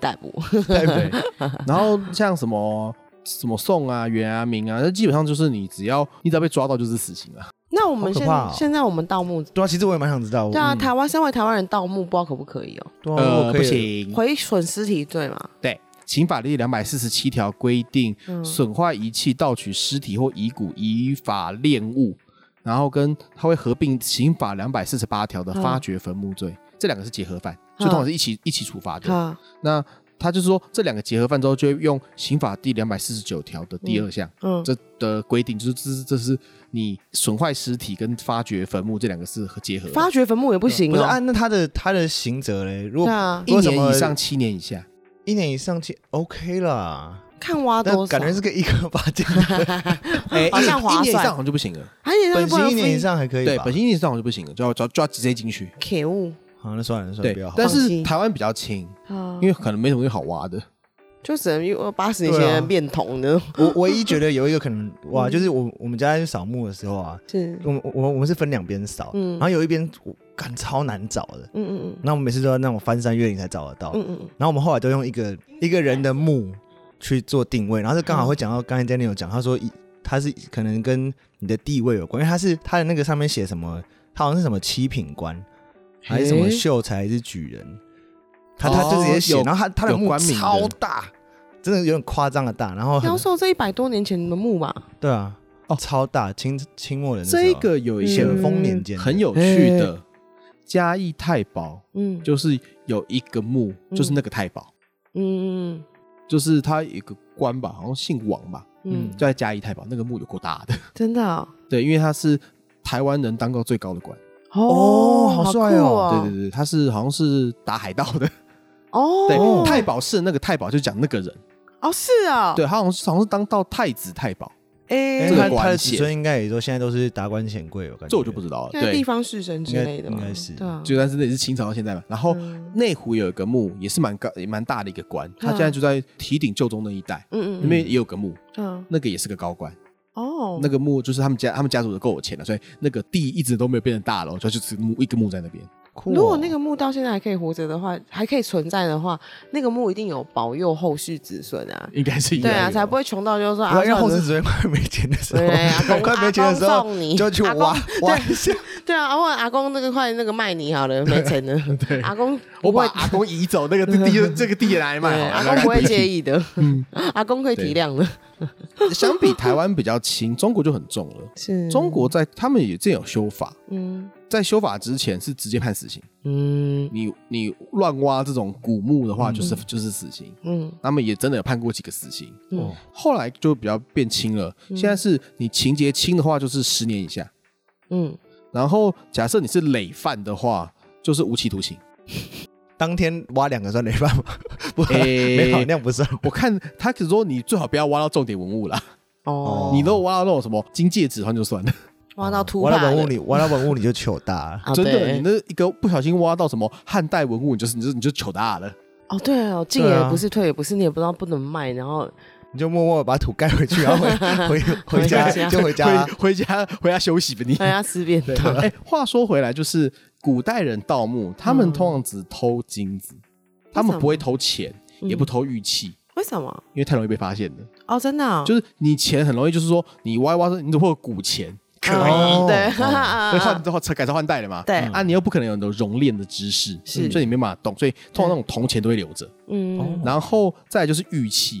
[SPEAKER 3] 逮捕，
[SPEAKER 2] 对， 然后像什么什么宋啊、元啊、明啊，那基本上就是你只要你只要被抓到就是死刑啊。
[SPEAKER 3] 那我们
[SPEAKER 1] 好可
[SPEAKER 3] 现
[SPEAKER 1] 怕哦
[SPEAKER 3] 现在我们盗墓，
[SPEAKER 1] 对啊，其实我也蛮想知道。
[SPEAKER 3] 对啊，
[SPEAKER 1] 嗯
[SPEAKER 3] 台湾身为台湾人盗墓，不知道可不可以哦？
[SPEAKER 1] 对啊
[SPEAKER 2] 呃，
[SPEAKER 1] 我可
[SPEAKER 2] 不
[SPEAKER 1] 以
[SPEAKER 2] 行，
[SPEAKER 3] 毁损尸体罪嘛，
[SPEAKER 2] 对，刑法第两百四十七条规定，
[SPEAKER 3] 嗯
[SPEAKER 2] 损坏仪器、盗取尸体或遗骨，依法恋物，然后跟它会合并刑法两百四十八条的发掘坟墓罪，这两个是结合犯，所以通常是一起一起处罚的。
[SPEAKER 3] 嗯哈，
[SPEAKER 2] 那他就是说，这两个结合犯之后，就会用刑法第两百四十九条的第二项。
[SPEAKER 3] 嗯，
[SPEAKER 2] 这的规定就是，这是这是你损坏尸体跟发掘坟墓这两个是合结合的，
[SPEAKER 3] 发掘坟墓也不行
[SPEAKER 1] 不是啊
[SPEAKER 3] 哦，
[SPEAKER 1] 按那他的他的刑责嘞？如
[SPEAKER 3] 对
[SPEAKER 1] 果
[SPEAKER 3] 啊，
[SPEAKER 2] 一
[SPEAKER 1] 为什
[SPEAKER 2] 年
[SPEAKER 1] 么
[SPEAKER 2] 以上七年以下。
[SPEAKER 1] 一年以上去 OK 啦，
[SPEAKER 3] 看挖
[SPEAKER 1] 但
[SPEAKER 3] 啊多少
[SPEAKER 1] 感，觉是个一颗八戒， 哎
[SPEAKER 3] 好像
[SPEAKER 2] 一
[SPEAKER 3] 划
[SPEAKER 2] 年以上好
[SPEAKER 3] 算，
[SPEAKER 2] 像就不行了，
[SPEAKER 3] 还有
[SPEAKER 1] 本
[SPEAKER 3] 不
[SPEAKER 1] 刑
[SPEAKER 3] 能
[SPEAKER 1] 一年以
[SPEAKER 3] 分，
[SPEAKER 1] 上还可以
[SPEAKER 2] 对，
[SPEAKER 1] 吧
[SPEAKER 2] 本？刑一年以上好像就不行了，就要就要就要直接进去。
[SPEAKER 3] 可恶
[SPEAKER 1] 好，那算了，那算了，
[SPEAKER 2] 对
[SPEAKER 1] 不要好，了。
[SPEAKER 2] 但
[SPEAKER 3] 放
[SPEAKER 2] 是
[SPEAKER 3] 弃
[SPEAKER 2] 台湾比较轻，
[SPEAKER 3] 啊
[SPEAKER 2] 因，为可能没什么东西好挖的。
[SPEAKER 3] 就只能用八十年前
[SPEAKER 1] 啊
[SPEAKER 3] 的面筒呢，
[SPEAKER 1] 我唯一觉得有一个可能，哇，
[SPEAKER 3] 嗯
[SPEAKER 1] 就是我我们家去扫墓的时候啊，
[SPEAKER 3] 是，
[SPEAKER 1] 我们我我们是分两边扫，
[SPEAKER 3] 嗯
[SPEAKER 1] 然后有一边我干超难找的，
[SPEAKER 3] 嗯嗯嗯
[SPEAKER 1] 那我们每次都要那种翻山越岭才找得到，
[SPEAKER 3] 嗯嗯嗯，
[SPEAKER 1] 然后我们后来都用一个一个人的墓去做定位，然后就刚好会讲到刚才 d a n i e 有讲，他说一他是可能跟你的地位有关，因为他是他的那个上面写什么，他好像是什么七品官，还是什么
[SPEAKER 3] 诶
[SPEAKER 1] 秀才还是举人，他
[SPEAKER 2] 哦
[SPEAKER 1] 他就直接写，
[SPEAKER 2] 有
[SPEAKER 1] 然后他他的
[SPEAKER 2] 有
[SPEAKER 1] 墓
[SPEAKER 2] 官名的
[SPEAKER 1] 超大，真的有点夸张的大，然后哦很
[SPEAKER 3] 妖兽这一百多年前的墓吧，
[SPEAKER 1] 对啊，
[SPEAKER 2] 哦
[SPEAKER 1] 超大，清清末的那时候
[SPEAKER 2] 这个有嗯一
[SPEAKER 1] 咸
[SPEAKER 2] 个
[SPEAKER 1] 丰年间
[SPEAKER 2] 很有趣的，嘉义太保
[SPEAKER 3] 嗯，
[SPEAKER 2] 就是有一个墓，
[SPEAKER 3] 嗯
[SPEAKER 2] 就是那个太保，
[SPEAKER 3] 嗯嗯
[SPEAKER 2] 就是他有一个官吧，好像姓王吧，
[SPEAKER 3] 嗯
[SPEAKER 1] 嗯
[SPEAKER 2] 就在嘉义太保那个墓有够大的。
[SPEAKER 3] 嗯，真的哦。
[SPEAKER 2] 对，因为他是台湾人当过最高的官。
[SPEAKER 1] 哦好帅哦
[SPEAKER 3] 酷
[SPEAKER 2] 对对对，他是好像是打海盗的，
[SPEAKER 3] 哦，
[SPEAKER 2] 对，太保是那个太保就讲那个人，
[SPEAKER 3] 哦是啊，
[SPEAKER 2] 对他好像是好像是当到太子太保，
[SPEAKER 3] 哎，
[SPEAKER 2] 这个
[SPEAKER 1] 他
[SPEAKER 2] 管
[SPEAKER 1] 他的
[SPEAKER 2] 弦
[SPEAKER 1] 子孙应该也都现在都是达官显贵，我感觉
[SPEAKER 2] 这我就不知道了。
[SPEAKER 3] 现在
[SPEAKER 2] 对
[SPEAKER 3] 地，方士绅之类的
[SPEAKER 1] 应
[SPEAKER 3] 嘛
[SPEAKER 1] 该应该是
[SPEAKER 3] 对啊，
[SPEAKER 2] 就但是那也是清朝到现在嘛。然后
[SPEAKER 3] 嗯
[SPEAKER 2] 内湖有一个墓，也是蛮高也蛮大的一个官，他现在就在提顶旧中那一带，
[SPEAKER 3] 嗯
[SPEAKER 2] 那
[SPEAKER 3] 嗯
[SPEAKER 2] 边也有个墓，
[SPEAKER 3] 嗯，
[SPEAKER 2] 那个也是个高官。
[SPEAKER 3] 哦，
[SPEAKER 2] 那个墓就是他们家他们家族的够有钱了，所以那个地一直都没有变成大楼，就就是墓一个墓在那边。
[SPEAKER 1] 酷哦
[SPEAKER 3] 如果那个墓到现在还可以活着的话，还可以存在的话，那个墓一定有保佑后世子孙啊。
[SPEAKER 2] 应该是
[SPEAKER 3] 对啊，才不
[SPEAKER 2] 会。
[SPEAKER 3] 会穷到就是
[SPEAKER 1] 不
[SPEAKER 3] 说啊，
[SPEAKER 1] 然因为
[SPEAKER 3] 算
[SPEAKER 1] 后
[SPEAKER 3] 了
[SPEAKER 1] 世子孙快没钱的时候，
[SPEAKER 3] 对啊阿 公
[SPEAKER 1] 快没钱的时
[SPEAKER 3] 阿
[SPEAKER 1] 候
[SPEAKER 3] 公送你
[SPEAKER 1] 就去
[SPEAKER 3] 阿公
[SPEAKER 1] 挖挖
[SPEAKER 3] 对
[SPEAKER 1] 一 下，
[SPEAKER 3] 对啊，问阿公那个块那个卖你好了，没钱了。阿公
[SPEAKER 2] 我
[SPEAKER 3] 不
[SPEAKER 2] 把
[SPEAKER 3] 会，
[SPEAKER 2] 阿公移走，那 个地地这个地也拿来卖
[SPEAKER 3] 对啊
[SPEAKER 2] 好了，
[SPEAKER 3] 阿公不会介
[SPEAKER 2] 意。
[SPEAKER 3] 意的，
[SPEAKER 1] 嗯
[SPEAKER 3] 阿公可以体谅的。
[SPEAKER 2] 相比台湾比较轻，中国就很重 了。
[SPEAKER 3] 是
[SPEAKER 2] 中，国在他们也这有修法，
[SPEAKER 3] 嗯
[SPEAKER 2] 在修法之前是直接判死刑，
[SPEAKER 3] 嗯
[SPEAKER 2] 你你乱挖这种古墓的话，就是、就是死刑。
[SPEAKER 3] 嗯
[SPEAKER 2] 他们也真的有判过几个死刑，
[SPEAKER 3] 嗯，
[SPEAKER 2] 后来就比较变轻了。现在是你情节轻的话，就是十年以下，
[SPEAKER 3] 嗯，
[SPEAKER 2] 然后假设你是累犯的话，就是无期徒刑。
[SPEAKER 1] 当天挖两个算累犯吗？不，
[SPEAKER 2] 诶
[SPEAKER 1] 没有那样不算。
[SPEAKER 2] 我看他只说你最好不要挖到重点文物啦，
[SPEAKER 3] 哦，
[SPEAKER 2] 你如果挖到那种什么金戒指，那就算了。
[SPEAKER 3] 挖到突
[SPEAKER 1] 挖
[SPEAKER 3] 破
[SPEAKER 1] 到文物你挖到文物你就糗大了。
[SPEAKER 3] 啊，
[SPEAKER 2] 真的，
[SPEAKER 3] 对
[SPEAKER 2] 你那一个不小心挖到什么汉代文物，你就是你就你就糗大了。
[SPEAKER 3] 哦，对哦，进
[SPEAKER 1] 对
[SPEAKER 3] 也
[SPEAKER 1] 啊
[SPEAKER 3] 不是，退也不是，你也不知道不能卖，然后
[SPEAKER 1] 你就默默地把土盖回去，然后 回回回家
[SPEAKER 3] 回家
[SPEAKER 1] 就回家。
[SPEAKER 2] 回回家回家休息吧你。
[SPEAKER 3] 大 家吃便当。
[SPEAKER 2] 哎、话说回来，就是古代人盗墓，他们通常只偷金子，
[SPEAKER 1] 嗯
[SPEAKER 2] 他们不会偷钱，也不偷玉器，
[SPEAKER 3] 为什么？
[SPEAKER 2] 因为太容易被发现了。
[SPEAKER 3] 哦，真的
[SPEAKER 1] 嗯
[SPEAKER 3] 哦，
[SPEAKER 2] 就是你钱很容易，就是说你挖一挖，你只会有古钱，可以。
[SPEAKER 1] 哦
[SPEAKER 3] 嗯对，
[SPEAKER 2] 会换之后改朝换代了嘛？
[SPEAKER 3] 对
[SPEAKER 2] 啊，你又不可能有很多熔炼的知识，
[SPEAKER 3] 是
[SPEAKER 2] 所以你没办法动，所以通常那种铜钱都会留着。
[SPEAKER 1] 哦
[SPEAKER 3] 嗯，
[SPEAKER 2] 然后再来就是玉器，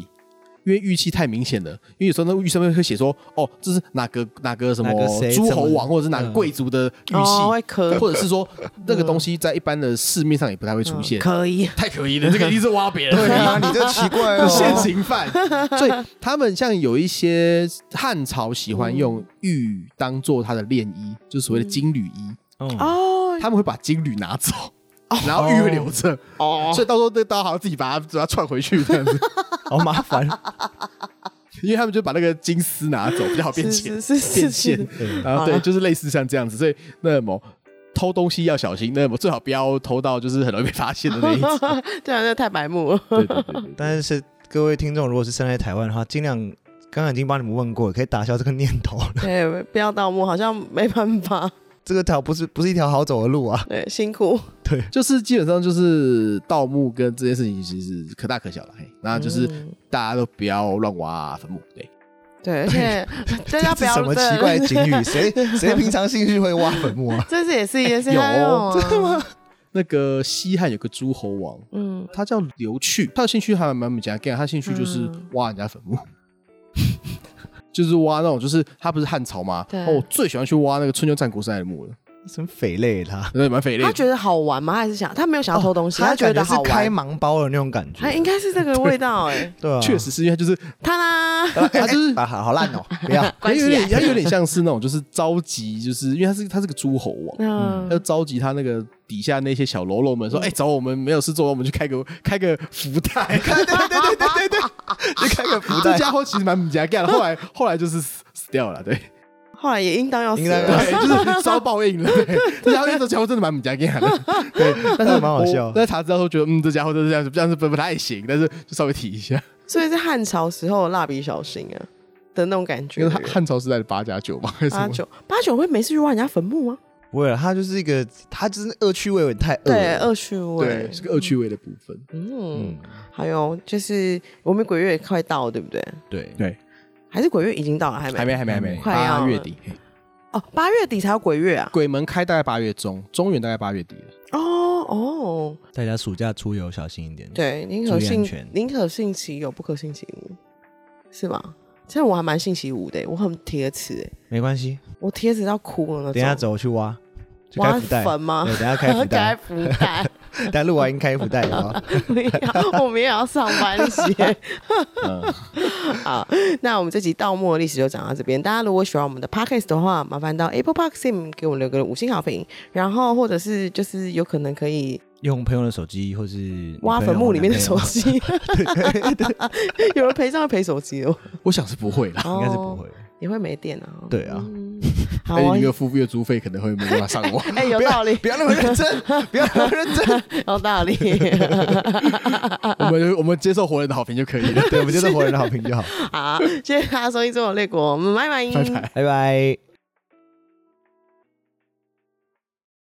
[SPEAKER 2] 因为玉器太明显了，因为有时候那玉上面会写说，哦，这是哪个哪个什么
[SPEAKER 1] 哪个谁
[SPEAKER 2] 诸侯
[SPEAKER 1] 怎
[SPEAKER 2] 王
[SPEAKER 1] 么嗯
[SPEAKER 2] 或者是哪个贵族的玉器，
[SPEAKER 3] 哦会刻
[SPEAKER 2] 或者是说那个东西在一般的市面上也不太会出现，
[SPEAKER 3] 嗯可以，
[SPEAKER 2] 太可疑了，这个一定是挖别人
[SPEAKER 1] 对
[SPEAKER 2] 的。
[SPEAKER 1] 啊，你这奇怪
[SPEAKER 2] 是
[SPEAKER 1] 哦。
[SPEAKER 2] 现行犯，所以他们像有一些汉朝喜欢
[SPEAKER 3] 嗯
[SPEAKER 2] 用玉当做他的练衣，就是所谓的金缕衣，
[SPEAKER 1] 嗯
[SPEAKER 3] 哦
[SPEAKER 2] 他们会把金缕拿走，然后玉会留着，
[SPEAKER 3] 哦，
[SPEAKER 2] 所以到时候那刀好像自己把它把它串回去这样子。
[SPEAKER 1] 好麻烦。
[SPEAKER 2] 因为他们就把那个金丝拿走，比较好变
[SPEAKER 3] 是是哦
[SPEAKER 2] 钱
[SPEAKER 3] 是是是
[SPEAKER 2] 变现。然后对，就是类似像这样子，所以那么偷东西要小心，那么最好不要偷到就是很容易被发现的 那一种。
[SPEAKER 3] 对啊，那太白目了。
[SPEAKER 2] 对对对对对。
[SPEAKER 1] 但是各位听众，如果是生在台湾的话，尽量刚刚已经帮你们问过，可以打消这个念头了。
[SPEAKER 3] 对，不要盗墓，好像没办法。
[SPEAKER 1] 这个条不是不是一条好走的路啊。
[SPEAKER 3] 对，辛 苦。
[SPEAKER 2] 就是基本上就是盗墓跟这件事情其实可大可小了，嘿，那啊就是
[SPEAKER 3] 嗯
[SPEAKER 2] 大家都不要乱挖坟墓，对，
[SPEAKER 3] 对，而且大
[SPEAKER 1] 这
[SPEAKER 3] 家
[SPEAKER 1] 是
[SPEAKER 3] 不要
[SPEAKER 1] 什么奇怪的警语？谁谁平常兴趣会挖坟墓啊？
[SPEAKER 3] 这是也是一件事，
[SPEAKER 2] 有哦
[SPEAKER 3] 还啊
[SPEAKER 2] 真的吗？那个西汉有个诸侯王，
[SPEAKER 3] 嗯，
[SPEAKER 2] 他叫刘去，他的兴趣还蛮蛮讲，他兴趣就是
[SPEAKER 3] 嗯
[SPEAKER 2] 挖人家坟墓， 就是挖那种，就是他不是汉朝吗？
[SPEAKER 3] 对
[SPEAKER 2] 哦，我最喜欢去挖那个春秋战国时代的墓了，
[SPEAKER 1] 什么匪类他？
[SPEAKER 2] 那也蛮肥力
[SPEAKER 3] 他
[SPEAKER 2] 的。
[SPEAKER 3] 觉得好玩吗？他还是想他没有
[SPEAKER 2] 哦
[SPEAKER 3] 想要偷东西，
[SPEAKER 1] 他
[SPEAKER 3] 觉
[SPEAKER 1] 感觉
[SPEAKER 3] 得
[SPEAKER 1] 是
[SPEAKER 3] 好
[SPEAKER 1] 开
[SPEAKER 3] 玩。
[SPEAKER 1] 盲包的那种感
[SPEAKER 3] 他
[SPEAKER 1] 觉。
[SPEAKER 3] 应该是这个味道哎，
[SPEAKER 1] 对啊，
[SPEAKER 2] 确实是因为他就是
[SPEAKER 3] 他啦，
[SPEAKER 2] 他就是
[SPEAKER 1] 啊，好好烂哦，不要。
[SPEAKER 2] 他
[SPEAKER 3] 关啊
[SPEAKER 2] 有
[SPEAKER 3] 起
[SPEAKER 2] 点
[SPEAKER 3] 来。
[SPEAKER 2] 他有点像是那种就是召集，就是因为他是他是个诸侯王，
[SPEAKER 3] 嗯
[SPEAKER 2] 他就召集他那个底下那些小喽啰们说，哎，找我们没有事做，我们去开个开个福袋，
[SPEAKER 1] 对对对对对对对，就开个福
[SPEAKER 2] 这
[SPEAKER 1] 袋。
[SPEAKER 2] 家伙其实蛮不家干的，后来后来就是死死掉了，对。
[SPEAKER 3] 后来也应当要死
[SPEAKER 1] 应该
[SPEAKER 3] 了。
[SPEAKER 2] 对，就是烧报应了。对，这家伙这家伙真的蛮不加劲的。对，但
[SPEAKER 1] 那
[SPEAKER 2] 是
[SPEAKER 1] 蛮好笑
[SPEAKER 2] 我在查资料时候觉得，嗯，这家伙就是这样子，这样子不不太行，但是就稍微提一下，
[SPEAKER 3] 所以是汉朝时候的蜡笔小新啊的那种感
[SPEAKER 2] 因
[SPEAKER 3] 觉
[SPEAKER 2] 为
[SPEAKER 3] 的
[SPEAKER 2] 汉
[SPEAKER 3] 人。
[SPEAKER 2] 汉朝时代的八加九嘛，还是什
[SPEAKER 3] 八
[SPEAKER 2] 么？
[SPEAKER 3] 九八九会没事去挖人家坟墓吗？
[SPEAKER 1] 不会了，他就是一个，他就是恶趣味有点太恶
[SPEAKER 3] 对，
[SPEAKER 1] 了。
[SPEAKER 3] 恶趣味
[SPEAKER 2] 对，。是个恶趣味的部分。
[SPEAKER 3] 嗯，
[SPEAKER 1] 嗯，
[SPEAKER 3] 还有就是我们鬼月也快到了，对不对？
[SPEAKER 1] 对，
[SPEAKER 2] 对，
[SPEAKER 3] 还是鬼月已经到了，还没？
[SPEAKER 2] 还没，还没，还没，
[SPEAKER 3] 快要
[SPEAKER 2] 八
[SPEAKER 3] 了
[SPEAKER 2] 月底，嘿
[SPEAKER 3] 哦，八月底才有鬼月啊！
[SPEAKER 2] 鬼门开大概八月中，中原大概八月底
[SPEAKER 3] 哦
[SPEAKER 2] 了。
[SPEAKER 3] 哦，
[SPEAKER 1] 大家暑假出游小心一点。
[SPEAKER 3] 对，宁
[SPEAKER 1] 注
[SPEAKER 3] 可
[SPEAKER 1] 意安
[SPEAKER 3] 信
[SPEAKER 1] 全
[SPEAKER 3] 宁可信其有，不可信其无，是吧？其实我还蛮信其无的，我很铁齿，欸
[SPEAKER 1] 没关系，
[SPEAKER 3] 我铁齿到哭了那种。
[SPEAKER 1] 等一下走去挖，去
[SPEAKER 3] 挖
[SPEAKER 1] 开福袋。
[SPEAKER 3] 坟吗
[SPEAKER 1] 对，？等一下开福
[SPEAKER 3] 开
[SPEAKER 1] 袋，
[SPEAKER 3] 福袋，
[SPEAKER 1] 等一下录完音开福袋好不好
[SPEAKER 3] 不要，我们也要上班 些。
[SPEAKER 2] 嗯，
[SPEAKER 3] 好，那我们这集盗墓的历史就讲到这边。大家如果喜欢我们的 podcast 的话，麻烦到 Apple Park Sim 给我们留个五星好评，然后或者是就是有可能可以
[SPEAKER 1] 用朋友的手机，或是
[SPEAKER 3] 挖坟墓里面的手
[SPEAKER 1] 机，
[SPEAKER 3] 机， 有人陪葬会陪手机哦，
[SPEAKER 2] 我想是不会 啦。
[SPEAKER 1] 应该是不会
[SPEAKER 3] 哦，。也会没电啊。
[SPEAKER 1] 对啊
[SPEAKER 3] 嗯，好
[SPEAKER 2] 哎，
[SPEAKER 3] 啊
[SPEAKER 2] 你，越付月租费可能会没办法上网。
[SPEAKER 3] 哎，有
[SPEAKER 1] 不要
[SPEAKER 3] 道理，
[SPEAKER 1] 不要那么认真，不要那么认真。
[SPEAKER 3] 有道理。
[SPEAKER 2] 我们我们接受活人的好评就可以了。
[SPEAKER 1] 对，我们就是活人的好评就好。
[SPEAKER 3] 嗯好，谢谢大家收听《中国列国》，我们拜拜
[SPEAKER 1] 拜拜。